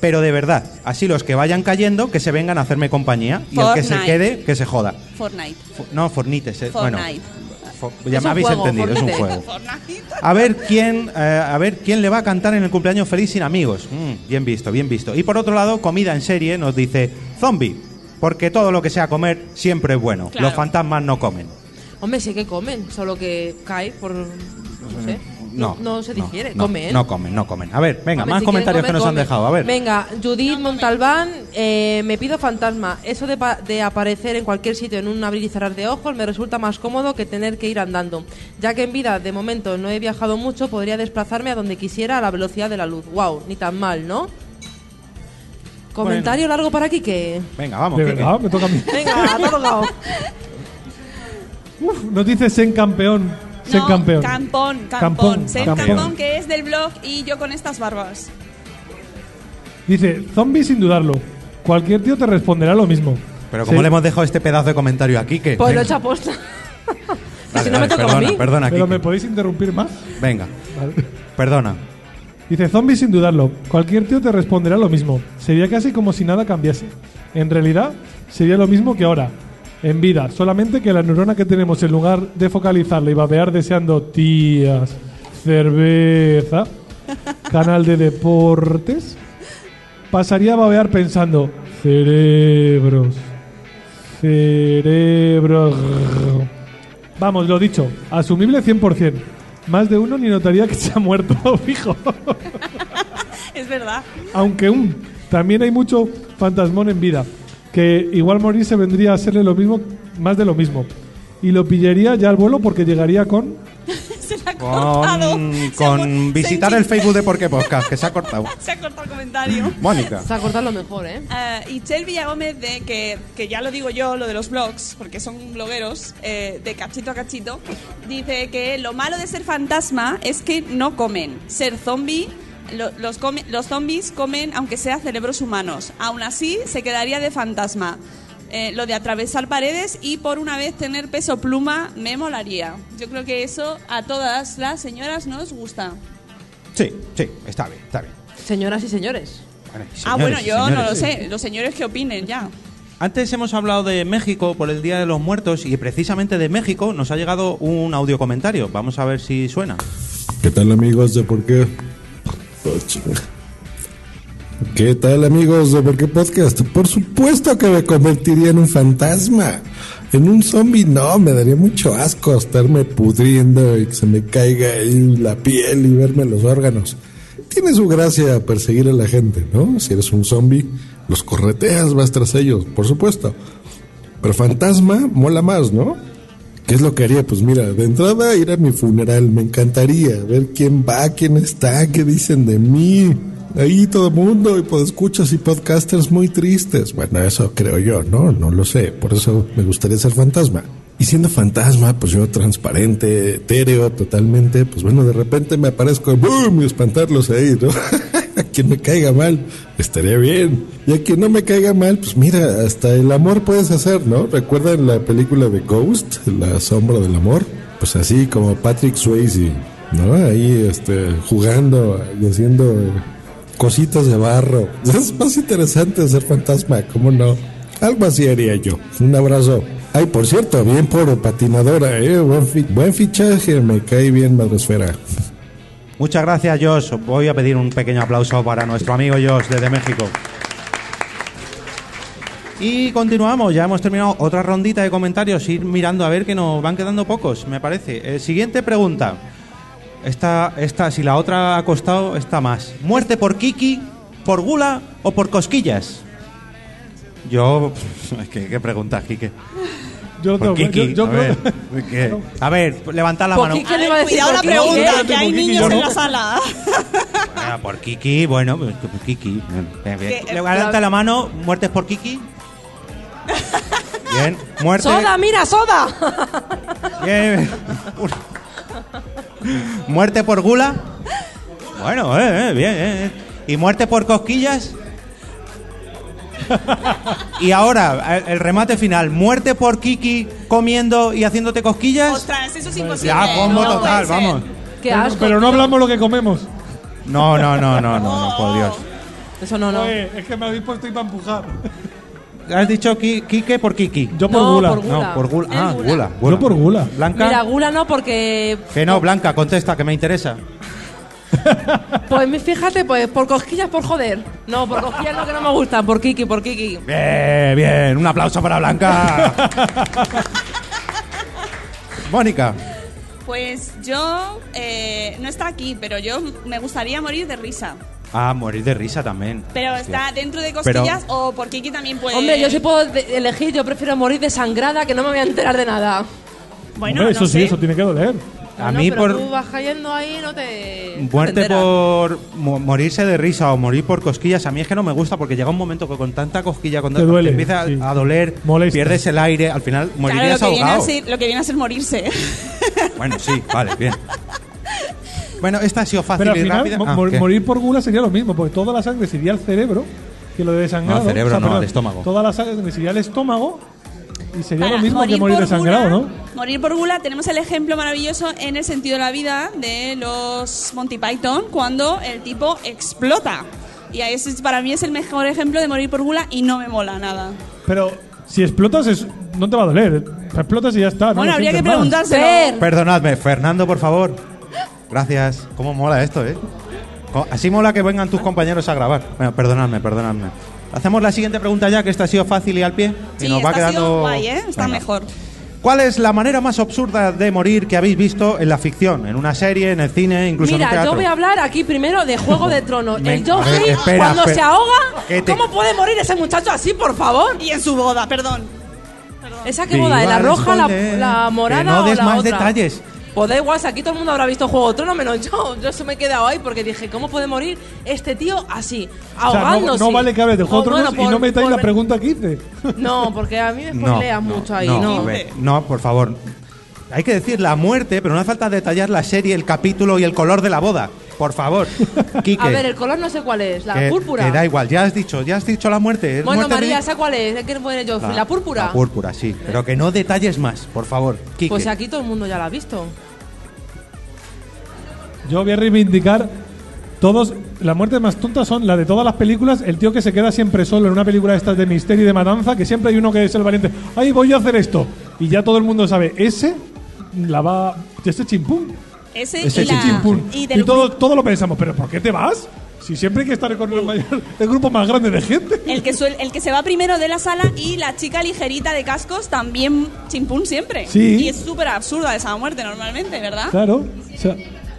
Pero de verdad, así los que vayan cayendo, que se vengan a hacerme compañía. Y el que se
Fortnite.
quede, que se joda.
Fortnite.
Fo- no, Fornite. se-
Fortnite.
Bueno, fo- ya
Es
me
un
habéis
juego,
entendido, es un
Fortnite.
juego.
Fortnite.
A ver quién, eh, a ver quién le va a cantar en el cumpleaños feliz sin amigos. Mm, bien visto, bien visto. Y por otro lado, comida en serie nos dice zombie, porque todo lo que sea comer siempre es bueno.
Claro.
Los fantasmas no comen.
Hombre, sí que comen, solo que cae por. No sé.
No,
No se digiere,
no,
come, ¿eh?
No comen, no comen. A ver, venga,
Hombre,
más
si
comentarios que
quieren
nos han
comer,
dejado. A
comen.
ver,
Venga, Judith Montalbán, eh, me pido fantasma. Eso de, pa- de aparecer en cualquier sitio en un abrir y cerrar de ojos me resulta más cómodo que tener que ir andando. Ya que en vida, de momento, no he viajado mucho, podría desplazarme a donde quisiera a la velocidad de la luz. Wow, ni tan mal, ¿no? Comentario largo para aquí que.
venga, vamos.
¿De
Quique.
verdad? Me toca a mí.
Venga, atorgao.
Uf, nos dice Sen campeón. Sen
No,
campeón.
Campón,
Campón,
Campón. Sen
Campón.
Campón, que es del blog y yo con estas barbas.
Dice, zombie sin dudarlo. Cualquier tío te responderá lo mismo.
Pero como
Sí.
le hemos dejado este pedazo de comentario aquí, que
Pues lo he hecho aposta.
Vale,
si
vale,
no me toca
perdona,
a mí.
perdona,
Pero
Quique.
me podéis interrumpir más.
Venga,
Vale.
perdona.
Dice, zombie sin dudarlo. Cualquier tío te responderá lo mismo. Sería casi como si nada cambiase. En realidad, sería lo mismo que ahora. En vida, solamente que la neurona que tenemos, en lugar de focalizarla y babear deseando tías, cerveza, canal de deportes, pasaría a babear pensando cerebros, cerebros. Vamos, lo dicho, asumible 100%. Más de uno ni notaría que se ha muerto, fijo.
Es verdad.
Aunque un, también hay mucho fantasmón en vida, que igual morirse vendría a serle lo mismo, más de lo mismo. Y lo pillaría ya al vuelo porque llegaría con...
Se la ha cortado.
Con,
Se ha
con
cor- se
visitar
enchi-
el Facebook de Porque Podcast, que se ha cortado.
Se ha cortado el comentario.
Mónica.
Se ha cortado lo mejor, ¿eh?
Ah, y Chel Villagómez, de, que, que ya lo digo yo, lo de los blogs, porque son blogueros, eh, de cachito a cachito, dice que lo malo de ser fantasma es que no comen. Ser zombie, lo- los, come- los zombies comen aunque sea cerebros humanos. Aún así, se quedaría de fantasma. Eh, lo de atravesar paredes y por una vez tener peso pluma me molaría. Yo creo que eso a todas las señoras nos gusta.
Sí, sí, está bien, está bien.
Señoras y señores.
Vale,
ah,
señores,
bueno, yo no
señores.
lo sé. Los señores que opinen ya.
Antes hemos hablado de México por el Día de los Muertos y precisamente de México nos ha llegado un audio comentario. Vamos a ver si suena.
¿Qué tal amigos de por qué? Oh, chinga. ¿Qué tal amigos de por qué podcast? Por supuesto que me convertiría en un fantasma. En un zombie no, me daría mucho asco estarme pudriendo y que se me caiga ahí la piel y verme los órganos. Tiene su gracia perseguir a la gente, ¿no? Si eres un zombie, los correteas, vas tras ellos, por supuesto. Pero fantasma mola más, ¿no? ¿Qué es lo que haría? Pues mira, de entrada ir a mi funeral, me encantaría ver quién va, quién está, qué dicen de mí. Ahí todo el mundo y podescuchas y podcasters muy tristes. Bueno, eso creo yo, ¿no? No lo sé. Por eso me gustaría ser fantasma. Y siendo fantasma, pues yo transparente, etéreo, totalmente, pues bueno, de repente me aparezco ¡boom! y espantarlos ahí, ¿no? a quien me caiga mal, estaría bien. Y a quien no me caiga mal, pues mira, hasta el amor puedes hacer, ¿no? ¿Recuerdan la película de Ghost, La sombra del amor? Pues así como Patrick Swayze, ¿no? Ahí este, jugando y haciendo Eh, cositas de barro. Es más interesante ser fantasma, ¿cómo no? Algo así haría yo. Un abrazo. Ay, por cierto, bien por patinadora, ¿eh? Buen, fi- buen fichaje, me cae bien Madresfera.
Muchas gracias, Josh. Voy a pedir un pequeño aplauso para nuestro amigo Josh desde México. Y continuamos, ya hemos terminado otra rondita de comentarios, ir mirando a ver que nos van quedando pocos, me parece. Eh, siguiente pregunta. Esta, esta, si la otra ha costado, esta más. ¿Muerte por Kiki, por gula o por cosquillas? Yo, es que qué pregunta, Kike.
Yo lo
Por
tengo
Kiki,
yo- yo
a,
creo-
ver, ¿qué? a ver, levantad la
Por
mano.
Kiki. ¿Qué le iba a decir?
cuidado la
¿Por qué?
pregunta,
¿Por
que
qué?
hay
¿Por qué?
niños
Yo no.
en la sala.
Ah, por Kiki, bueno, pues, por Kiki. Bien, bien, bien.
Que, eh,
Levanta la mano, muertes por Kiki. Bien, muerte.
¡Soda, mira, soda!
Bien. muerte por gula. Bueno, eh, eh, bien, eh, eh. Y muerte por cosquillas. y ahora, el, el remate final. Muerte por Kiki comiendo y haciéndote cosquillas.
Ostras, eso es imposible.
Ya, combo
no puede
total,
ser.
vamos.
¡Qué asco!
Pero no hablamos lo que comemos.
No, no, no, no, no, no, por Dios.
Eso no, no.
Oye, es que me habéis puesto ahí para empujar.
Has dicho Ki- Quique por Kiki.
Yo por
No,
gula.
por gula.
No, por gula. Ah,
gula.
gula.
Yo por gula.
Blanca.
Mira, gula no, porque.
que no, Blanca, contesta, que me interesa.
Pues mi- fíjate, pues por cosquillas, por joder. No, por cosquillas no que no me gustan, por Kiki, por Kiki.
Bien, bien. Un aplauso para Blanca. Mónica.
Pues yo eh, no está aquí, pero yo me gustaría morir de risa.
Ah, morir de risa también.
Pero
Hostia.
está dentro de
Pero-
costillas o por Kiki también puede.
Hombre, yo sí puedo de- elegir, yo prefiero morir desangrada que no me voy a enterar de nada.
Bueno,
Hombre,
no
eso sí,
sé.
eso tiene que doler.
A
No,
mí
pero
por
Tú vas cayendo ahí, no te. no te
muerte
enteras.
por mo- morirse de risa o morir por cosquillas, a mí es que no me gusta porque llega un momento que con tanta cosquilla, con
Te
tanta-
duele,
empieza
sí.
a doler,
Molesta.
pierdes el aire, al final
Claro, lo
morirías
que, viene a
ahogado.
ser, lo que viene a ser morirse.
Bueno, sí, vale, bien. Bueno, esta ha sido fácil
Pero al
y
final,
rápida.
mo-
Ah,
mor-
¿qué?
morir por gula sería lo mismo, porque toda la sangre se iría al cerebro, que lo de desangrado.
No, al cerebro no, al
perdón,
estómago.
Toda la sangre se iría al estómago y sería
Para
lo mismo que morir
por
desangrado,
gula-
¿no?
Morir por gula, tenemos el ejemplo maravilloso en el sentido de la vida de los Monty Python cuando el tipo explota. Y ahí es, para mí es el mejor ejemplo de morir por gula y no me mola nada.
Pero si explotas, es, no te va a doler. Explotas y ya está. no
bueno,
lo
habría que
sientes más.
preguntárselo.
Fer.
Perdonadme, Fernando, por favor. Gracias. ¿Cómo mola esto, eh? Co- Así mola que vengan tus compañeros a grabar. Bueno, perdonadme, perdonadme. Hacemos la siguiente pregunta ya, que esta ha sido fácil y al pie.
Sí,
y nos va
esta ha sido
quedando.
guay, ¿eh? Está
Venga.
mejor.
¿Cuál es la manera más absurda de morir que habéis visto en la ficción? En una serie, en el cine, incluso en un
Mira,
teatro.
yo voy a hablar aquí primero de Juego de Tronos.
Me-
El
a ver,
Joffrey,
espera,
cuando
espera.
se ahoga,
¿Qué te-
¿cómo puede morir ese muchacho así, por favor?
Y en su boda, perdón.
¿Esa
Te
qué boda?
iba
¿La
a
roja, la,
responder.
la morada
Que no
o
des
la
más
otra?
detalles.
Pues da igual, si aquí todo el mundo habrá visto Juego de Tronos, menos yo. Yo se me he quedado ahí porque dije, ¿cómo puede morir este tío así,
O sea, no-
ahogándose?
no, vale que hables de Juego
O
de Tronos
bueno,
y no
por-
metáis
por-
la pregunta 15.
No, porque a mí me spoileas mucho ahí,
no,
¿no?
a ver, no, por favor. Hay que decir la muerte, pero no hace falta detallar la serie, el capítulo y el color de la boda. Por favor. Quique,
A ver, el color no sé cuál es, la
que-
púrpura.
que da igual, ya has dicho, ya has dicho la muerte. es
Bueno,
muerte
María,
ridícula.
¿esa cuál es? ¿Qué pone Joffrey? La, púrpura.
La púrpura, sí. Pero que no detalles más, por favor. Quique.
Pues aquí todo el mundo ya la ha visto.
Yo voy a reivindicar todos. Las muertes más tontas son las de todas las películas. El tío que se queda siempre solo en una película de estas de misterio y de matanza, que siempre hay uno que es el valiente. ¡Ay, voy a hacer esto! Y ya todo el mundo sabe. Ese la va. Ese chimpún.
Ese,
Ese
y la-
Chimpún.
Y
Y,
del
todo, todo lo pensamos. ¿Pero por qué te vas? Si siempre hay que estar con el, mayor- el grupo más grande de gente.
El que, suel- el que se va primero de la sala y la chica ligerita de cascos también chimpún siempre.
Sí.
Y es súper absurda esa muerte normalmente, ¿verdad?
Claro. O sea,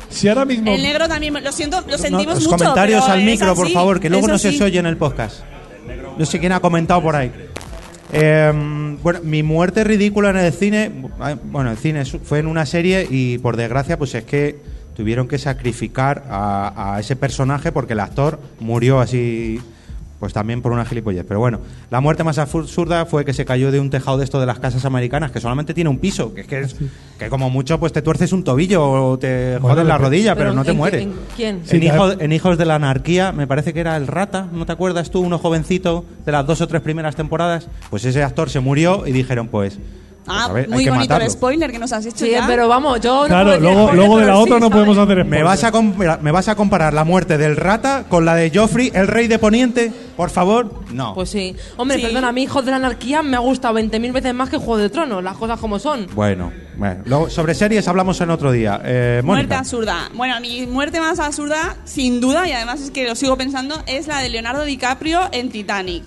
si ahora mismo.
Ah. El negro también, lo siento, lo
No,
sentimos
los
mucho.
comentarios
pero
al
es
micro, por
así,
favor, que luego
es
no se
así.
os oye en el podcast. No sé quién ha comentado por ahí. Eh, bueno, mi muerte ridícula en el cine, bueno, el cine fue en una serie y por desgracia, pues es que tuvieron que sacrificar a, a ese personaje porque el actor murió así, pues también por una gilipollez. Pero bueno, la muerte más absurda fue que se cayó de un tejado de esto de las casas americanas, que solamente tiene un piso, que es que,
Ah,
es- que como mucho pues te tuerces un tobillo o te
Bueno,
jodes la
pero-
rodilla, pero,
Pero
no te
¿en qué-
mueres.
en quién?
Sí,
en,
claro.
Hijo- en Hijos de la Anarquía, me parece que era el Rata, ¿no te acuerdas tú? Uno jovencito de las dos o tres primeras temporadas. Pues ese actor se murió y dijeron, pues,
Ah,
a ver, hay
muy
que
bonito
matarlo.
el spoiler que nos has hecho
Sí,
ya.
pero vamos, yo no puedo
Claro,
decir
luego,
spoiler,
luego de
pero
la
sí,
otra no
¿sabes?
podemos hacer spoiler.
¿Me vas, a compara- ¿Me vas a comparar la muerte del rata con la de Joffrey, el rey de Poniente? Por favor, no.
Pues sí. Hombre,
Sí.
perdona, a mí Hijos de la Anarquía me ha gustado 20.000 veces más que Juego de Tronos, las cosas como son.
Bueno, bueno. Luego, sobre series hablamos en otro día. Eh,
Muerte
Mónica.
absurda. Bueno, mi muerte más absurda, sin duda, y además es que lo sigo pensando, es la de Leonardo DiCaprio en Titanic.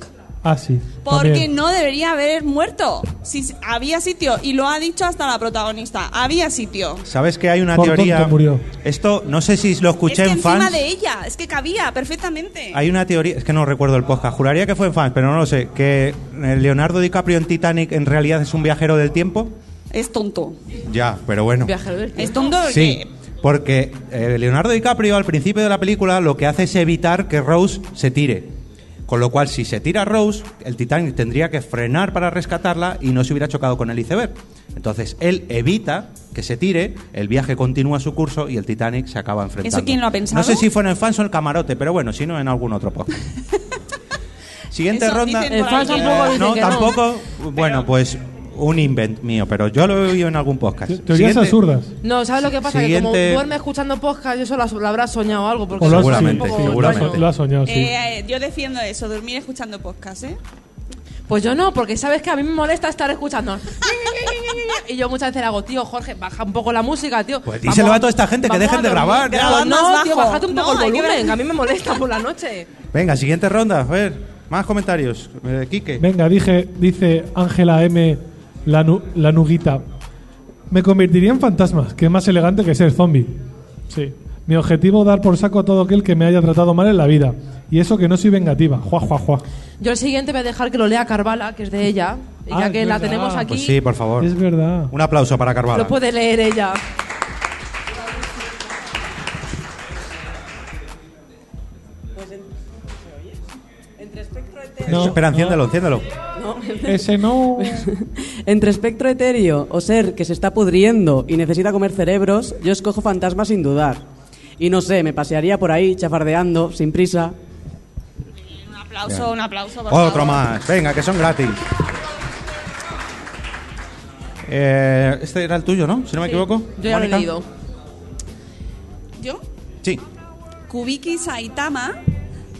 Ah, sí.
Porque
también.
no debería haber muerto. Si s- había sitio, y lo ha dicho hasta la protagonista, había sitio.
¿Sabes que hay una
Por
teoría?
tonto murió.
Esto, no sé si lo escuché
es que
en
encima
fans.
de ella, es que cabía perfectamente.
Hay una teoría, es que no recuerdo el podcast, juraría que fue en fans, pero no lo sé, que eh, Leonardo DiCaprio en Titanic en realidad es un viajero del tiempo.
Es tonto.
Ya, pero bueno.
Viajero del tiempo.
Es tonto porque
Sí, porque eh, Leonardo DiCaprio al principio de la película lo que hace es evitar que Rose se tire. Con lo cual, si se tira Rose, el Titanic tendría que frenar para rescatarla y no se hubiera chocado con el iceberg. Entonces, él evita que se tire, el viaje continúa su curso y el Titanic se acaba enfrentando.
¿Eso quién lo ha pensado?
No sé si fue en el fans o en el camarote, pero bueno, si no, en algún otro podcast. Siguiente
Eso
ronda.
dicen por
El fans
ahí.
tampoco
Eh,
dicen
no,
que no.
tampoco. Bueno, pues un invent mío, pero yo lo he oído en algún podcast.
Te- Teorías
Siguiente.
absurdas.
No, ¿sabes lo que pasa? Que
Siguiente.
como duerme escuchando podcast, eso lo, lo habrá soñado algo. Porque
O lo has-
eso es un
Seguramente,
poco-
seguramente.
Lo has soñado, sí.
Eh, eh, yo defiendo eso, dormir escuchando podcast, ¿eh?
Pues yo no, porque sabes que a mí me molesta estar escuchando. y yo muchas veces le hago, tío, Jorge, baja un poco la música, tío.
Pues díselo a toda esta gente que
vamos
dejen
a
de
dormir.
grabar, ya.
Pero no,
Más
tío,
bajo.
bájate un
No,
poco el
hay que
volumen,
ver-
que a mí me molesta por la noche.
Venga, siguiente ronda. A ver, más comentarios. Eh, Quique.
Venga, dije, dice Ángela M. La, nu- la nuguita. Me convertiría en fantasma, que es más elegante que ser zombie. Sí. Mi objetivo dar por saco a todo aquel que me haya tratado mal en la vida. Y eso que no soy vengativa. Juá, juá, juá.
Yo el siguiente voy a dejar que lo lea Carvala, que es de ella. Y
Ah,
ya
es
que la
verdad.
tenemos aquí,
Pues sí, por favor.
Es verdad.
Un aplauso para Carvalho.
lo puede leer ella.
No,
Espera, enciéndelo, enciéndelo.
Ese no.
Entre espectro etéreo o ser que se está pudriendo y necesita comer cerebros, yo escojo fantasma sin dudar. Y no sé, me pasearía por ahí chafardeando, sin prisa.
Un aplauso, un aplauso. por
Otro
favor.
más. Venga, que son gratis. Eh, este era el tuyo, ¿no? Si no me equivoco.
Yo ya lo he
Mónica.
leído.
¿Yo?
Sí.
Kubiki Saitama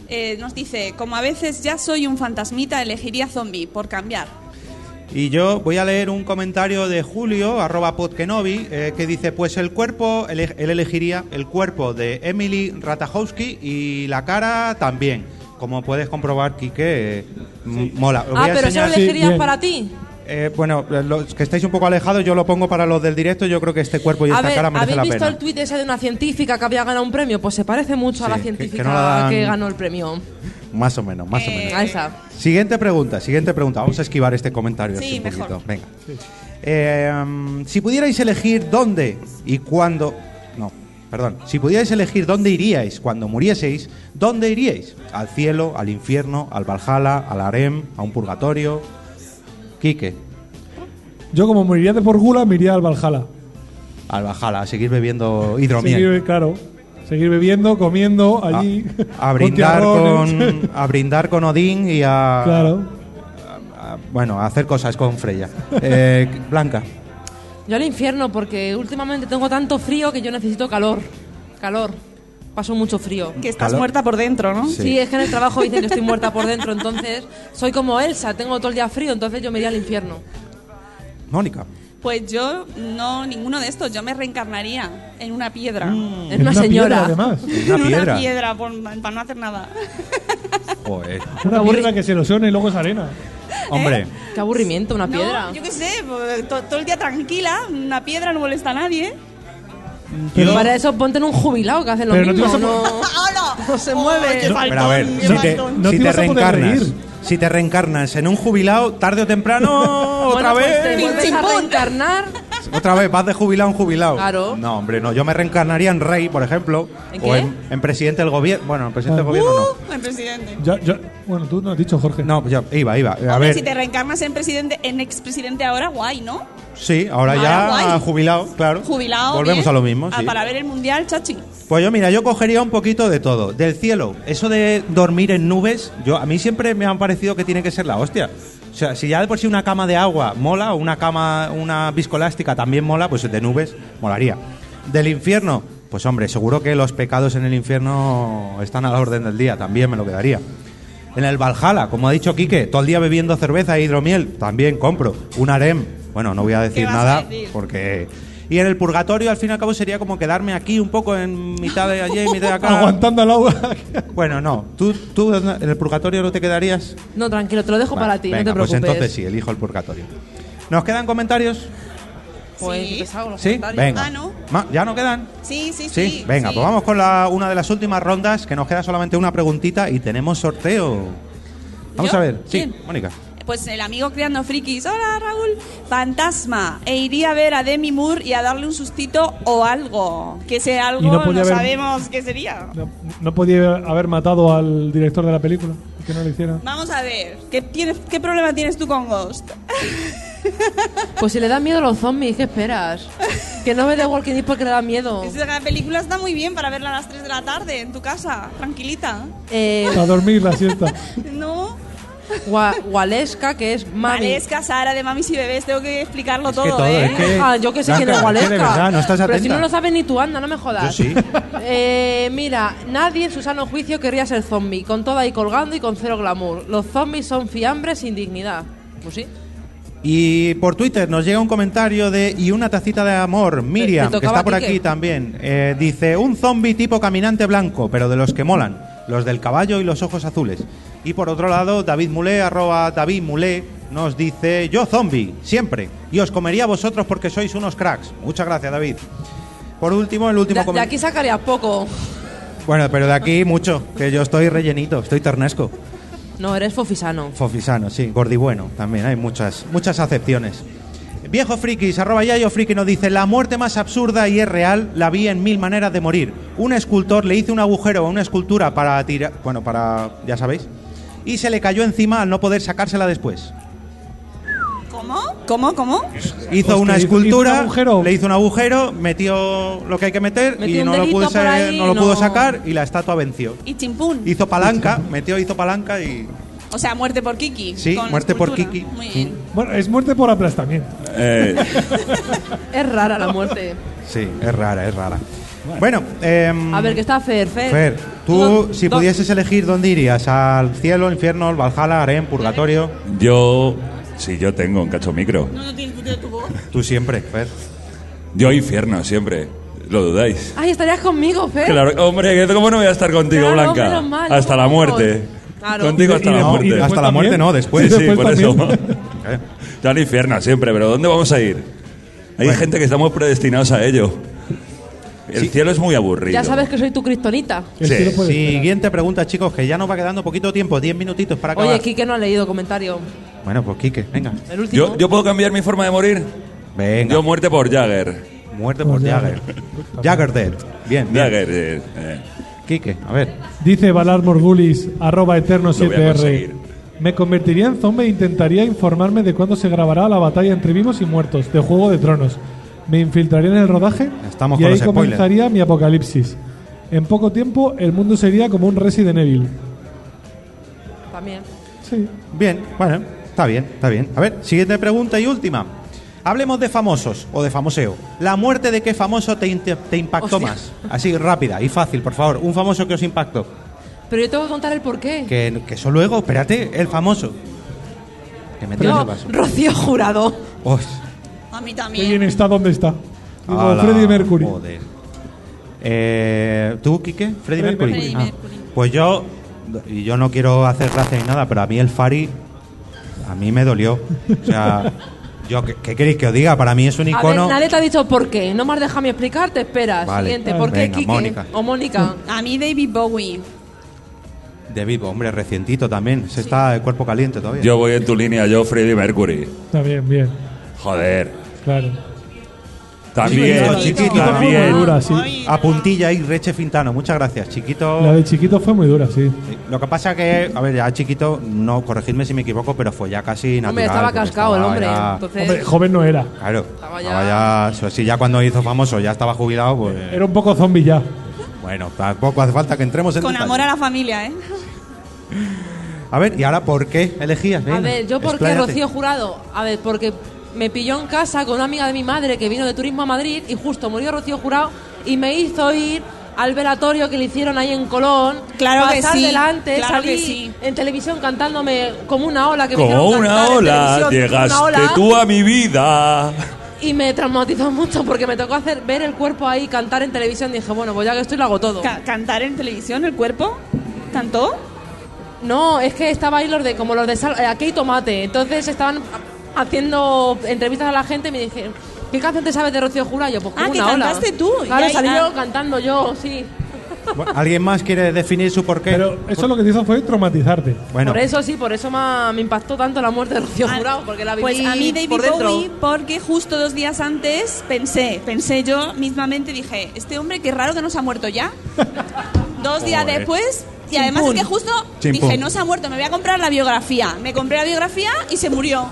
eh, nos dice, como a veces ya soy un fantasmita, elegiría zombie por cambiar.
Y yo voy a leer un comentario de Julio, arroba podkenobi, eh, que dice, pues el cuerpo, ele- él elegiría el cuerpo de Emily Ratajowski y la cara también. Como puedes comprobar, Quique, eh, m- mola. Os voy
Ah,
a
pero eso
enseñar-
lo
Sí,
elegirías
bien.
para ti.
Eh, bueno, los que estáis un poco alejados, yo lo pongo para los del directo. Yo creo que este cuerpo y
A
esta
ver,
cara merece
¿habéis
la
visto
pena.
el tuit ese de una científica que había ganado un premio? Pues se parece mucho a
Sí,
la
que- que no
científica que,
la dan-
ganó el premio.
Más o menos, más o menos.
A esa.
Siguiente pregunta, siguiente pregunta. Vamos a esquivar este comentario.
Sí,
así un
mejor.
poquito. Venga. Eh, mm, si pudierais elegir dónde y cuándo. No, perdón. Si pudierais elegir dónde iríais cuando murieseis, ¿dónde iríais? ¿Al cielo, al infierno, al Valhalla, al harem, a un purgatorio? Quique,
Yo, como moriría de por gula, me iría al Valhalla.
al Valhalla, a seguir bebiendo hidromiel.
Seguir, claro. Seguir bebiendo, comiendo
A-
allí.
a,
con
brindar con,
tiarrones.
a brindar con Odín y a,
claro.
a- bueno a hacer cosas con Freya Eh, Blanca
Yo al infierno porque últimamente tengo tanto frío que yo necesito calor. Calor. Paso mucho frío.
Que estás
Calor.
muerta por dentro, ¿no?
Sí. es que en el trabajo dicen que estoy muerta por dentro, entonces soy como Elsa, tengo todo el día frío, entonces yo me iría al infierno.
Mónica
Pues yo no, ninguno de estos. Yo me reencarnaría en una piedra.
Es una,
Piedra,
señora.
además.
Mm. una
en
piedra.
una piedra, por- para no hacer nada.
Joder.
Una piedra que se erosiona y luego es arena.
Eh, hombre
Qué aburrimiento, una
No,
piedra.
yo qué sé, pues, to- todo el día tranquila, una piedra no molesta a nadie.
Pero para eso ponte en un jubilado que hacen lo
Pero no te
mismo.
vas a
No,
¡Hola!
no se mueve.
pero a ver si te,
No
si
te
te
ibas a poder
reencarnas
reír.
si te reencarnas en un jubilado tarde o temprano
Bueno,
otra
pues te
eh.
vez
vuelves a reencarnar.
otra vez vas de jubilado en jubilado
Claro.
no hombre no yo me reencarnaría en rey por ejemplo
¿En
o
qué?
en, en presidente del gobierno bueno en presidente
Ah.
del gobierno no
En presidente.
Ya- ya- bueno, tú no has dicho, Jorge.
no, pues ya, iba, iba. A
Uh. Hombre,
ver,
si te reencarnas en presidente, en expresidente ahora, guay, ¿no?
Sí, ahora
Ah,
ya
guay.
jubilado, claro.
Jubilado.
Volvemos
bien.
a lo mismo.
Ah,
sí.
Para ver el mundial, chachi.
Pues yo, mira, yo cogería un poquito de todo. Del cielo, eso de dormir en nubes, yo a mí siempre me han parecido que tiene que ser la hostia. O sea, si ya de por sí una cama de agua mola, o una cama, una viscolástica también mola, pues de nubes molaría. Del infierno, pues hombre, seguro que los pecados en el infierno están a la orden del día, también me lo quedaría. En el Valhalla, como ha dicho Quique, todo el día bebiendo cerveza e hidromiel, también compro. Un harem, bueno, no voy a decir
vas a
nada
decir?
porque... Y en el purgatorio, al fin y al cabo, sería como quedarme aquí un poco, en mitad de allí, en mitad de acá.
Aguantando el agua.
bueno, no. ¿Tú, tú en el purgatorio no te quedarías?
No, tranquilo, te lo dejo
Vale,
para ti,
venga,
no te preocupes.
Pues entonces sí, elijo el purgatorio. ¿Nos quedan comentarios?
Joder,
Sí.
qué pesado los
¿Sí?
comentarios.
Venga.
Ah, no.
Ma- ¿Ya no quedan?
Sí, sí, sí.
Sí, venga,
sí.
pues vamos con la, una de las últimas rondas, que nos queda solamente una preguntita y tenemos sorteo. Vamos
¿Yo?
a ver,
¿Quién?
sí, Mónica.
Pues el amigo criando frikis. Hola, Raúl. Fantasma. E iría a ver a Demi Moore y a darle un sustito o algo. Que ese algo
Y no
no,
podía haber-
sabemos qué sería.
No, no podía haber matado al director de la película. Que no lo hiciera.
Vamos a ver. ¿Qué, tienes, ¿Qué problema tienes tú con Ghost?
Pues si le dan miedo a los zombies, ¿qué esperas? que no me dé Walking Dead porque le da
Oh.
miedo.
Esa película está muy bien para verla a las 3 de la tarde en tu casa. Tranquilita.
Eh,
Para dormir la siesta.
No.
Gua- Gualesca, que es mami.
Vale, es casara de mamis y bebés. Tengo que explicarlo todo,
todo,
¿eh?
es que-
Ah, yo que sé
Blanca,
quién es
es que
Gualesca.
de verdad, no estás
Pero si
atenta.
no lo sabes ni tú, anda, no me jodas.
Yo sí.
Eh, mira, nadie en su sano juicio querría ser zombie, con todo ahí colgando y con cero glamour. Los zombies son fiambres sin dignidad. Pues sí.
Y por Twitter nos llega un comentario de y una tacita de amor, Miriam,
Te- te
que
tocaba
está por
a ti,
aquí
¿qué?
también. Eh, dice, un zombi tipo caminante blanco, pero de los que molan, los del caballo y los ojos azules. Y por otro lado, David Mulé, arroba David Mulé, nos dice, yo zombi, siempre, y os comería a vosotros porque sois unos cracks. Muchas gracias, David. Por último, el
De,
último
de
comentario.
aquí sacaría poco.
Bueno, pero de aquí mucho, que yo estoy rellenito, estoy ternesco.
No, eres fofisano.
Fofisano, sí, gordibueno también, hay muchas, muchas acepciones. Viejo frikis, arroba yayo friki nos dice, la muerte más absurda y es real, la vi en mil maneras de morir. Un escultor le hizo un agujero a una escultura para tirar, bueno, para, ya sabéis, y se le cayó encima al no poder sacársela después.
¿Cómo? ¿Cómo? ¿Cómo?
Hizo
Hostia,
una
hizo-
escultura,
hizo un agujero.
le hizo un agujero, metió lo que hay que meter
Metió
y
un
no lo,
dedito
pudo
por
ser-
ahí,
no lo pudo
no.
sacar y la estatua venció.
Y chimpún.
Hizo palanca, metió, hizo palanca y...
O sea, muerte por Kiki.
Sí,
con
muerte por
escultura.
Kiki.
Muy bien.
Bueno, es muerte por aplastamiento.
Eh,
Es rara la muerte.
Sí, es rara, es rara. Bueno, em,
A ver, que está Fer, Fer.
Fer, tú,
don-
si
don-
pudieses elegir dónde irías, al cielo, infierno, al Valhalla, harén, purgatorio,
yo. Sí, yo tengo un cacho micro.
No, no tienes de tu voz.
tú siempre, Fer.
Yo infierno siempre. ¿Lo dudáis?
Ay, estarías conmigo, Fer.
Claro, hombre, ¿cómo no voy a estar contigo,
¿Eh? Claro,
Blanca?
menos mal,
hasta la
por favor.
muerte.
Claro.
Contigo hasta
Y de-
la
y
muerte.
después
Hasta la muerte
también.
no, después.
sí, sí, por
después
eso.
también.
Yo al infierno siempre, pero ¿dónde vamos a ir? Hay
Bueno.
gente que estamos predestinados a ello. El cielo es muy aburrido.
Ya sabes que soy tu cristonita.
El
Sí,
cielo
Pues
puede esperar.
Siguiente pregunta, chicos, que ya nos va quedando poquito tiempo, 10 minutitos para acabar.
Oye, Eh, Quique no ha leído comentario.
Bueno, pues Quique, venga.
El último.
¿Yo, yo puedo cambiar mi forma de morir?
Venga,
Yo muerte por Jagger.
muerte
Pues
por Jagger. Jagger Dead. Bien, bien.
Jagger. eh, eh.
Quique, a ver.
Dice Valar Morgulis, arroba eterno
Lo voy a conseguir.
7R. Me convertiría en zombie e intentaría informarme de cuándo se grabará la batalla entre vivos y muertos de Juego de Tronos. Me infiltraría en el rodaje
Estamos
y
con
ahí
los spoilers.
comenzaría mi apocalipsis. En poco tiempo, el mundo sería como un Resident Evil.
También.
Sí.
Bien, bueno, está bien, está bien. A ver, siguiente pregunta y última. Hablemos de famosos o de famoseo. ¿La muerte de qué famoso te, inte- te impactó
Hostia.
más? Así, rápida y fácil, por favor. Un famoso que os impactó.
Pero yo tengo que contar el porqué.
Que, que eso luego, espérate, el famoso. Que me tiras
No,
el vaso.
Rocío Jurado.
Os-
A mí
Qué bien
también.
está donde está. Digo,
Ala,
Freddie Mercury.
joder. Eh, ¿Tú, Quique? Freddy,
Freddie
Mercury.
Mercury.
Ah,
Freddie Mercury.
Pues yo, y yo no quiero hacer gracia ni nada, pero a mí el Fari, a mí me dolió. O sea, yo, ¿qué, qué queréis que os diga? Para mí es un
A ver,
icono.
nadie te ha dicho por qué. No me has dejado a mí explicar, te esperas.
Vale.
Siguiente. ¿Por qué
Venga,
Quique?
Mónica.
O Mónica.
A mí David Bowie.
De vivo, hombre, recientito también. Se está de cuerpo caliente todavía.
Yo voy en tu línea, yo Freddie Mercury.
Está bien, bien.
Joder.
Claro.
También,
Chiquito, chiquito,
también.
Muy dura, sí.
A puntilla y Reche Fintano. Muchas gracias, chiquito.
La de chiquito fue muy dura, sí.
Eh, Lo que pasa que, a ver, ya chiquito, no, corregidme si me equivoco, pero fue ya casi natural.
Hombre, estaba
porque
cascado el
estaba
hombre.
ya-
Entonces,
Hombre, joven no era.
Claro,
Estaba
estaba
ya-
ya... eso sí, ya cuando hizo famoso, ya estaba jubilado, pues
Era un poco zombie ya.
bueno, tampoco hace falta que entremos en
Con
detalle.
amor a la familia, ¿eh?
A ver, ¿y ahora por qué elegías?
a
Venga,
ver, yo porque
expláyate.
Rocío Jurado, a ver, porque me pilló en casa con una amiga de mi madre que vino de turismo a Madrid y justo murió Rocío Jurado y me hizo ir al velatorio que le hicieron ahí en Colón.
Claro que
pasar
sí,
delante,
claro
salí
que sí.
en televisión cantándome como una ola que me
Como
hicieron
una
cantar en
ola,
televisión, como
llegaste
una ola.
tú a mi vida.
Y me traumatizó mucho porque me tocó hacer ver el cuerpo ahí cantar en televisión. Dije, bueno, pues ya que estoy lo hago todo.
Ca- ¿Cantar en televisión el cuerpo? ¿Cantó?
No, es que estaba ahí los de, como los de sal, eh, aquí hay tomate. Entonces estaban ha- haciendo entrevistas a la gente y me dijeron, ¿qué canción te sabes de Rocío Jurado? Yo, pues
Ah,
como
que
una ola.
cantaste tú. ah.
Claro,
Ya,
salí
ya.
yo cantando yo, sí.
Bueno, ¿Alguien más quiere definir su porqué?
Pero eso lo que te hizo fue traumatizarte.
Bueno,
Por eso sí, por eso ma- me impactó tanto la muerte de Rocío Jurado, porque la viví
Pues a mí David
por dentro.
Bowie, porque justo dos días antes pensé, pensé yo mismamente, dije, este hombre qué raro que no se ha muerto ya. dos días
Joder.
después, y además es que justo
Chimpún.
dije, no se ha muerto, me voy a comprar la biografía. Me compré la biografía y se murió.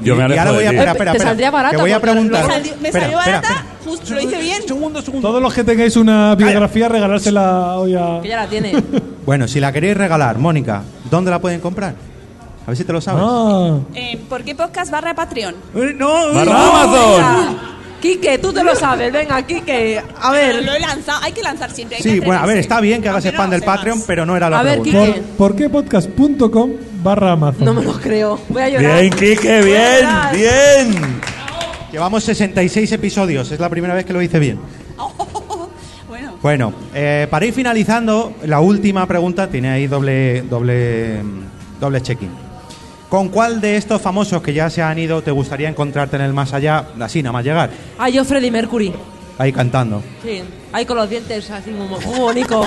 Yo me
y ahora
alejo
voy a...
de
Espera,
ti.
espera,
Te
espera.
saldría barata,
Te voy a
porque
preguntar.
Me salió, me
Espera,
salió
espera,
barata,
espera.
justo lo hice bien.
Segundo, segundo.
Todos los que tengáis una biografía, regalársela hoy a.
Que ya la tiene.
Bueno, si la queréis regalar, Mónica, ¿dónde la pueden comprar? A ver si te lo sabes.
Ah,
Eh, ¿Por qué podcast barra Patreon?
Eh, No,
Barra
no.
Amazon.
Quique, tú te lo sabes, venga, Quique, a ver.
Lo he lanzado, hay que lanzar siempre. hay que Ah,
Sí, bueno, a ver,
atreverse.
está bien que hagas
Aunque no
spam del
sepas.
Patreon, pero no era la
A ver,
pregunta.
¿qué?
por, por qué podcast.com barra Amazon?
No me lo creo, voy a llorar.
Bien, Quique,
Voy a
bien,
llorar.
bien.
Llevamos 66 episodios, es la primera vez que lo hice bien.
Bueno,
Bueno, eh, para ir finalizando, la última pregunta tiene ahí doble, doble, mm, doble check-in. ¿Con cuál de estos famosos que ya se han ido te gustaría encontrarte en el más allá, así nada más llegar,
Ah, yo Freddie Mercury.
ahí cantando?
Sí, ahí con los dientes así como muy bonito.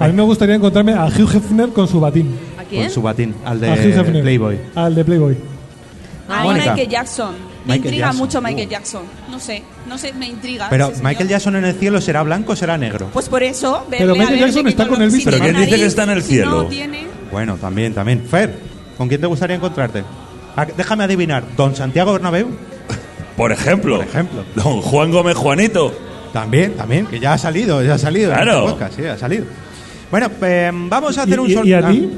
A mí me gustaría encontrarme a Hugh Hefner con su batín.
¿A quién?
Con su batín, al
a Hugh
de
Hefner.
Playboy.
Al de Playboy.
a mí
Ah, Mónica.
Michael Jackson. Me
Michael
intriga
Jackson.
mucho Michael
Uh.
Jackson. No sé, no sé, me intriga.
Pero
ese Ah, señor.
Michael Jackson en el cielo será blanco o será negro.
Pues por eso.
Pero
verle,
Michael
a ver
Jackson
de qué
está
color-
con Elvis.
si
Pero
tiene
¿quién dice
nariz,
que está en el
si
cielo?
no tiene-
Bueno, también, también. Fer, ¿con quién te gustaría encontrarte? Ah, Déjame adivinar, ¿Don Santiago Bernabéu?
Por ejemplo,
Por ejemplo.
don Juan Gómez Juanito.
También, también, que ya ha salido, ya ha salido. en
Claro.
este podcast, sí, ha salido. Bueno, eh, vamos a hacer
¿Y-
un
y-
sorteo.
y a ti?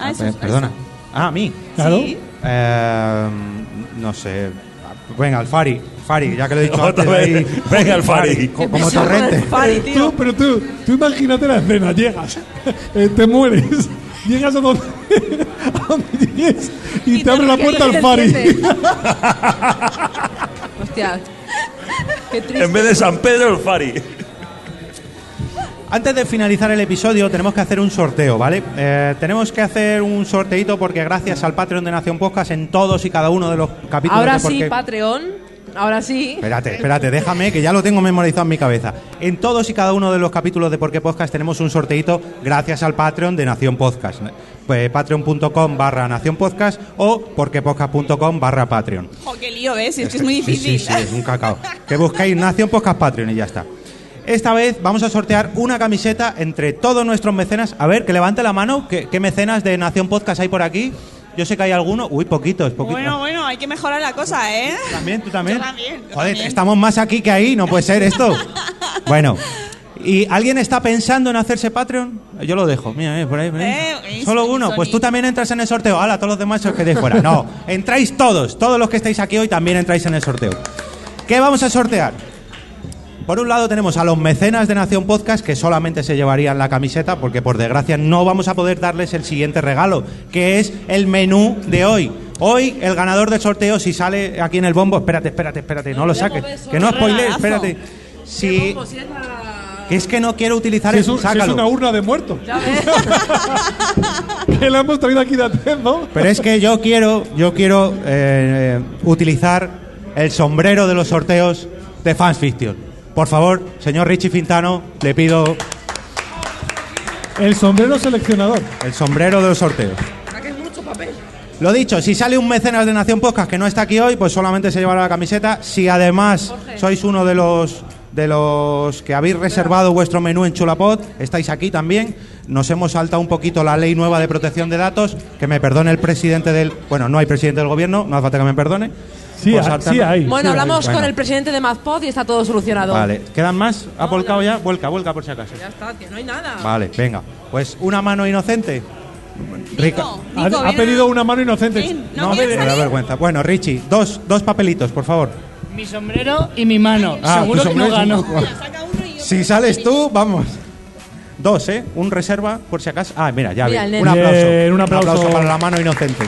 Ah, eso es-
perdona. Ah, a mí.
Claro.
Sí.
Eh, no sé. Venga, al Fari. Fari, ya que lo he dicho
Otra
antes.
vez.
ahí.
Venga, al Fari.
co- Como
Empezó con el
torrente.
Fari, tío.
Tú, pero tú, tú imagínate la escena, llegas, eh, te mueres, llegas a donde, a donde llegues y, te, abre la puerta al Fari.
Hostia. Qué triste.
En vez de San Pedro, el Fari.
Antes de finalizar el episodio tenemos que hacer un sorteo, ¿vale? Eh, tenemos que hacer un sorteito porque gracias al Patreon de Nación Podcast en todos y cada uno de los capítulos
Ahora
de Por
sí,
qué-
Patreon. Ahora sí.
Espérate, espérate, déjame que ya lo tengo memorizado en mi cabeza. En todos y cada uno de los capítulos de Por qué Podcast tenemos un sorteito gracias al Patreon de Nación Podcast. Pues patreon.com barra Nación Podcast o porquepodcast.com barra Patreon.
Jo, Oh, qué lío, ¿ves? Es que es muy
Sí, sí,
difícil.
sí, es un cacao. Que buscáis Nación Podcast Patreon y ya está. Esta vez vamos a sortear una camiseta entre todos nuestros mecenas. A ver, que levante la mano. ¿Qué, qué mecenas de Nación Podcast hay por aquí? Yo sé que hay alguno. Uy, poquitos, poquitos.
Bueno, bueno, hay que mejorar la cosa, ¿eh?
También, tú también.
Yo también, yo
Joder,
también.
estamos más aquí que ahí, no puede ser esto. bueno, ¿y alguien está pensando en hacerse Patreon? Yo lo dejo, mira, eh, por ahí. por ahí.
Eh,
Solo
Sony,
uno, pues
Sony.
tú también entras en el sorteo. Hala, todos los demás os quedéis fuera. No, entráis todos, todos los que estáis aquí hoy también entráis en el sorteo. ¿Qué vamos a sortear? Por un lado tenemos a los mecenas de Nación Podcast que solamente se llevarían la camiseta porque por desgracia no vamos a poder darles el siguiente regalo, que es el menú de hoy. Hoy el ganador del sorteo, si sale aquí en el bombo, espérate, espérate, espérate, no lo saques, que no spoile,
regalazo.
espérate. Si
Si es la-
que es que no quiero utilizar
Si es,
eso,
un- si es
sácalo.
una urna de muertos.
Ya ves.
que la hemos traído aquí de Atenzo.
Pero es que yo quiero, yo quiero eh, utilizar el sombrero de los sorteos de Fans Fiction. Por favor, señor Richie Fintano, le pido
El sombrero seleccionador.
el sombrero de los sorteos.
Saqué mucho papel.
Lo dicho, si sale un mecenas de Nación Podcast que no está aquí hoy, pues solamente se llevará la camiseta. Si además sois uno de los de los que habéis reservado vuestro menú en Chulapod, estáis aquí también. Nos hemos saltado un poquito la ley nueva de protección de datos, que me perdone el presidente del, bueno, no hay presidente del gobierno, no hace falta que me perdone. Pues
Sí,
Por
hay-
saltarnos.
sí hay.
Bueno, hablamos con
Bueno,
el presidente de Mazpod y está todo solucionado.
Vale, ¿quedan más? ¿Ha volcado ya? Vuelca, vuelca por si acaso.
Ya está, tío, no hay nada.
Vale, venga. Pues una mano inocente. Rica.
Ha, ha pedido una mano inocente.
No, me me da vergüenza. Bueno, Richie, dos, dos papelitos, por favor.
Mi sombrero y mi mano. Seguro
Ah, tu
que no
sombrero
gano.
es-
pues.
Si sales tú, vamos. Dos, ¿eh? Un reserva, por si acaso. Ah, mira, ya
Mira, el nene.
vi. Un aplauso.
Bien,
un aplauso.
para la mano inocente.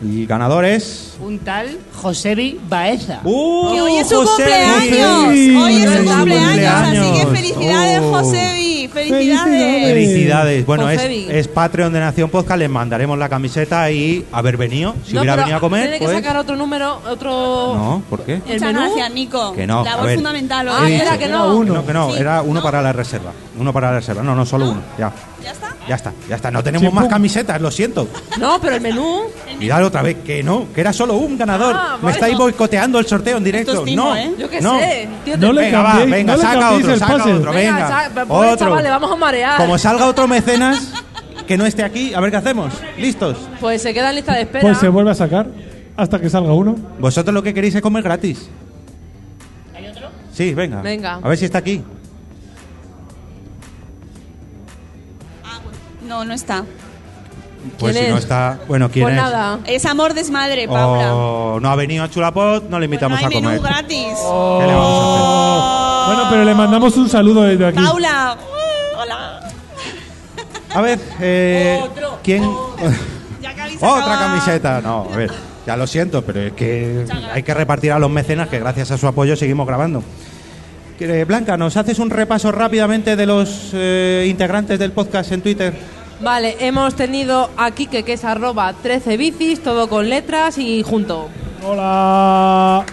El ganador es.
Un tal Josebi Baeza.
¡Uh!
Que hoy es su cumpleaños. Hoy es su cumpleaños, así que felicidades,
Oh.
Josebi. Felicidades.
Felicidades. Bueno, es,
Josebi.
es Patreon de Nación Podcast. Les mandaremos la camiseta y haber venido. Si
No,
hubiera
pero
venido a comer,
Tiene que
pues.
sacar otro número, otro.
No, ¿por qué?
El
Muchas
menú.
gracias, Nico.
Que no.
Labor
a ver. Ah,
fundamental.
He
ah,
hoy.
dicho- Que no, que no, era uno para la reserva. Uno para la reserva. No, no, solo uno. Ya. ¿Ya está? Ya está, ya está. No tenemos más camisetas, lo siento.
No, pero el menú.
Mirad otra vez que no, que era solo un ganador.
Ah,
Me
vale.
estáis boicoteando el sorteo en directo.
Esto es timo,
no,
¿eh? Yo qué
no.
sé, tío, No te- le
venga,
cambiéis-
va, venga,
no le
saca
cambiéis
otro,
el
saca
puzzle.
otro, venga.
Venga, sa- pobre
otro.
chaval, le vamos a marear.
Como salga otro mecenas que no esté aquí, a ver qué hacemos. ¿Listos?
Pues se queda en lista de espera.
Pues se vuelve a sacar hasta que salga uno.
Vosotros lo que queréis es comer gratis. ¿Hay otro? Sí, venga.
Venga.
A ver si está aquí.
No, no está.
Pues
¿Quién
si no
es?
está. Bueno, ¿quién es?
Es amor desmadre, Paula.
O no ha venido a Chulapot, no le invitamos
Pues Hay
Oh, a comer. Oh.
menú gratis.
¿Qué le vamos a hacer?
Bueno, pero le mandamos un saludo desde aquí.
Paula. uh, Hola.
A ver, eh, ¿quién? Otra
acaba.
camiseta. No, a ver, ya lo siento, pero es que hay que repartir a los mecenas que gracias a su apoyo seguimos grabando. Eh, Blanca, ¿nos haces un repaso rápidamente de los eh, integrantes del podcast en Twitter?
Vale, hemos tenido a Kike, que es arroba 13 bicis, todo con letras y junto.
Hola.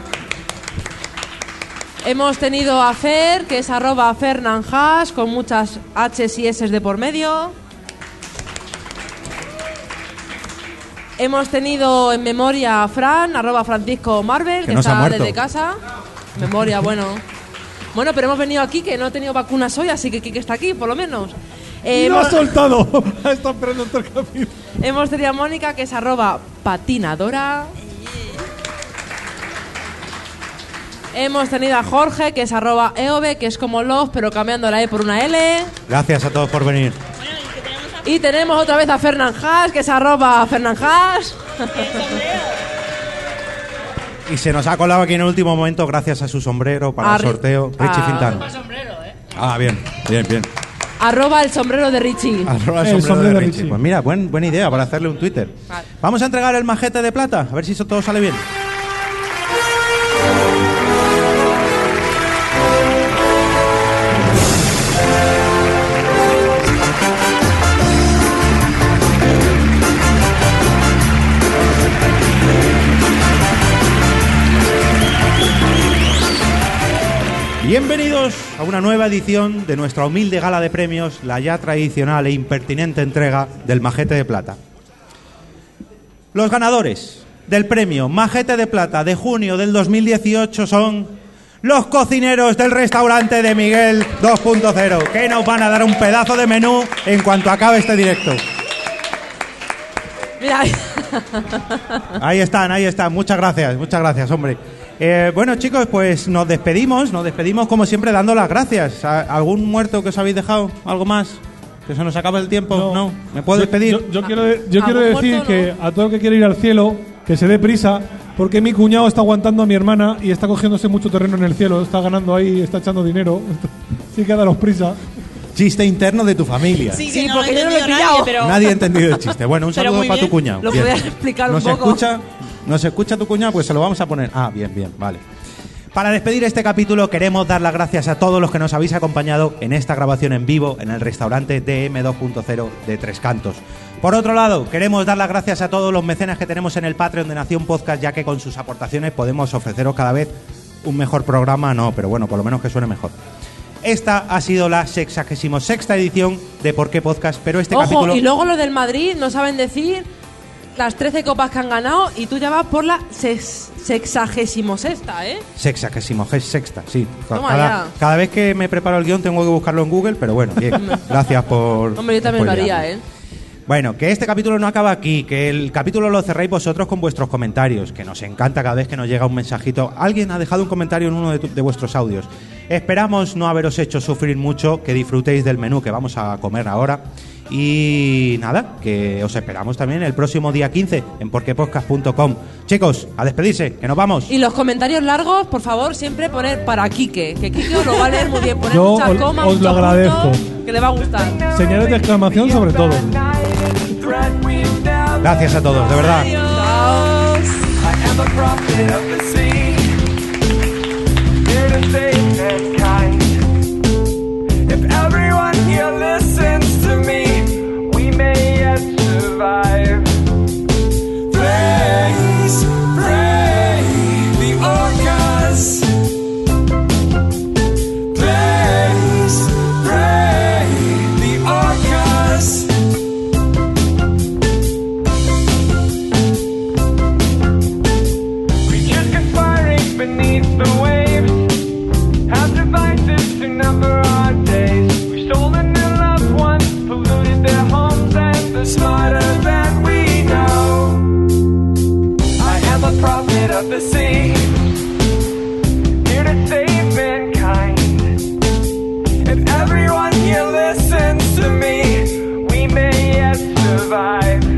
Hemos tenido a Fer, que es arroba Fernanjas, con muchas Hs y S de por medio. Hemos tenido en memoria a Fran, arroba Francisco Marvel, que,
no se ha
está
muerto.
desde casa. Memoria, bueno. Bueno, pero hemos venido aquí, que no he tenido vacunas hoy, así que Kike está aquí, por lo menos. Eh,
¡Lo ha
hemos-
soltado! Está esperando otro capítulo.
Hemos tenido a Mónica, que es arroba patinadora. Hemos tenido a Jorge, que es arroba eove, que es como los, pero cambiando la E por una L.
Gracias a todos por venir.
Y tenemos otra vez a Fernán Haas, que es arroba Fernán Haas.
Y se nos ha colado aquí en el último momento gracias a su sombrero para el
Arri-
sorteo. Richie
Ah.
Fintano. Ah, bien, bien, bien.
Arroba el sombrero de Richie.
Arroba el sombrero de Richie. Pues mira, buen, buena idea para hacerle un Twitter.
Vale.
Vamos a entregar el majete de plata, a ver si eso todo sale bien. Bienvenidos a una nueva edición de nuestra humilde gala de premios, la ya tradicional e impertinente entrega del Majete de Plata. Los ganadores del premio Majete de Plata de junio del 2018 son los cocineros del restaurante de Miguel 2.0, que nos van a dar un pedazo de menú en cuanto acabe este directo.
Mira,
Ahí están, ahí están. Muchas gracias, muchas gracias, hombre. Eh, bueno, chicos, pues nos despedimos, nos despedimos como siempre dando las gracias. ¿A- ¿Algún muerto que os habéis dejado? ¿Algo más? Que se nos acaba el tiempo. No, ¿me puedo despedir?
Yo, yo quiero, de- yo quiero decir que a todo el que quiere ir al cielo, que se dé prisa, porque mi cuñado está aguantando a mi hermana y está cogiéndose mucho terreno en el cielo. Está ganando ahí, está echando dinero. Así que daros prisa.
Chiste interno de tu familia.
Sí,
Sí,
que no
porque
he
yo no lo he
entendido
pillado.
nadie, pero-
Nadie ha entendido el chiste. Bueno, un
Pero
saludo
muy
para tu
bien.
cuñado.
Lo
Bien.
podías explicar un
¿Nos
poco.
Escucha, ¿Nos escucha tu cuñado? Pues se lo vamos a poner. Ah, bien, bien, vale. Para despedir este capítulo queremos dar las gracias a todos los que nos habéis acompañado en esta grabación en vivo en el restaurante DM2.0 de Tres Cantos. Por otro lado, queremos dar las gracias a todos los mecenas que tenemos en el Patreon de Nación Podcast, ya que con sus aportaciones podemos ofreceros cada vez un mejor programa, no, pero bueno, por lo menos que suene mejor. Esta ha sido la 66 edición de Por qué Podcast, pero este
Ojo,
capítulo.
y luego los del Madrid no saben decir las 13 copas que han ganado y tú ya vas por la ses- sexagésimo sexta, ¿eh?
Sexagésimo, je- sexta, sí. Ca-
Toma
Cada,
ya.
cada vez que me preparo el guión tengo que buscarlo en Google, pero bueno, bien. Gracias por.
Hombre, yo también
por
lo haría,
liarme.
¿eh?
Bueno, que este capítulo no acaba aquí, que el capítulo lo cerréis vosotros con vuestros comentarios, que nos encanta cada vez que nos llega un mensajito. Alguien ha dejado un comentario en uno de, tu- de vuestros audios. Esperamos no haberos hecho sufrir mucho, que disfrutéis del menú que vamos a comer ahora. Y nada, que os esperamos también el próximo día 15 en porquepodcast.com. Chicos, a despedirse, que nos vamos.
Y los comentarios largos, por favor, siempre poner para Quique, que Quique os lo va a leer muy bien. Poner
Yo
muchas
os-
comas,
os lo
muchos
agradezco.
puntos, que le va a gustar.
Señales de exclamación sobre todo.
Gracias a todos, de verdad.
If everyone here listens to me, we may yet survive. Praise, pray, the orcas. Praise, pray, the orcas. Creatures conspiring beneath the waves have devices to number our days. We've stolen their loved ones, polluted their homes, and they're smarter than we know. I am a prophet of the sea, here to save mankind. If everyone here listens to me, we may yet survive.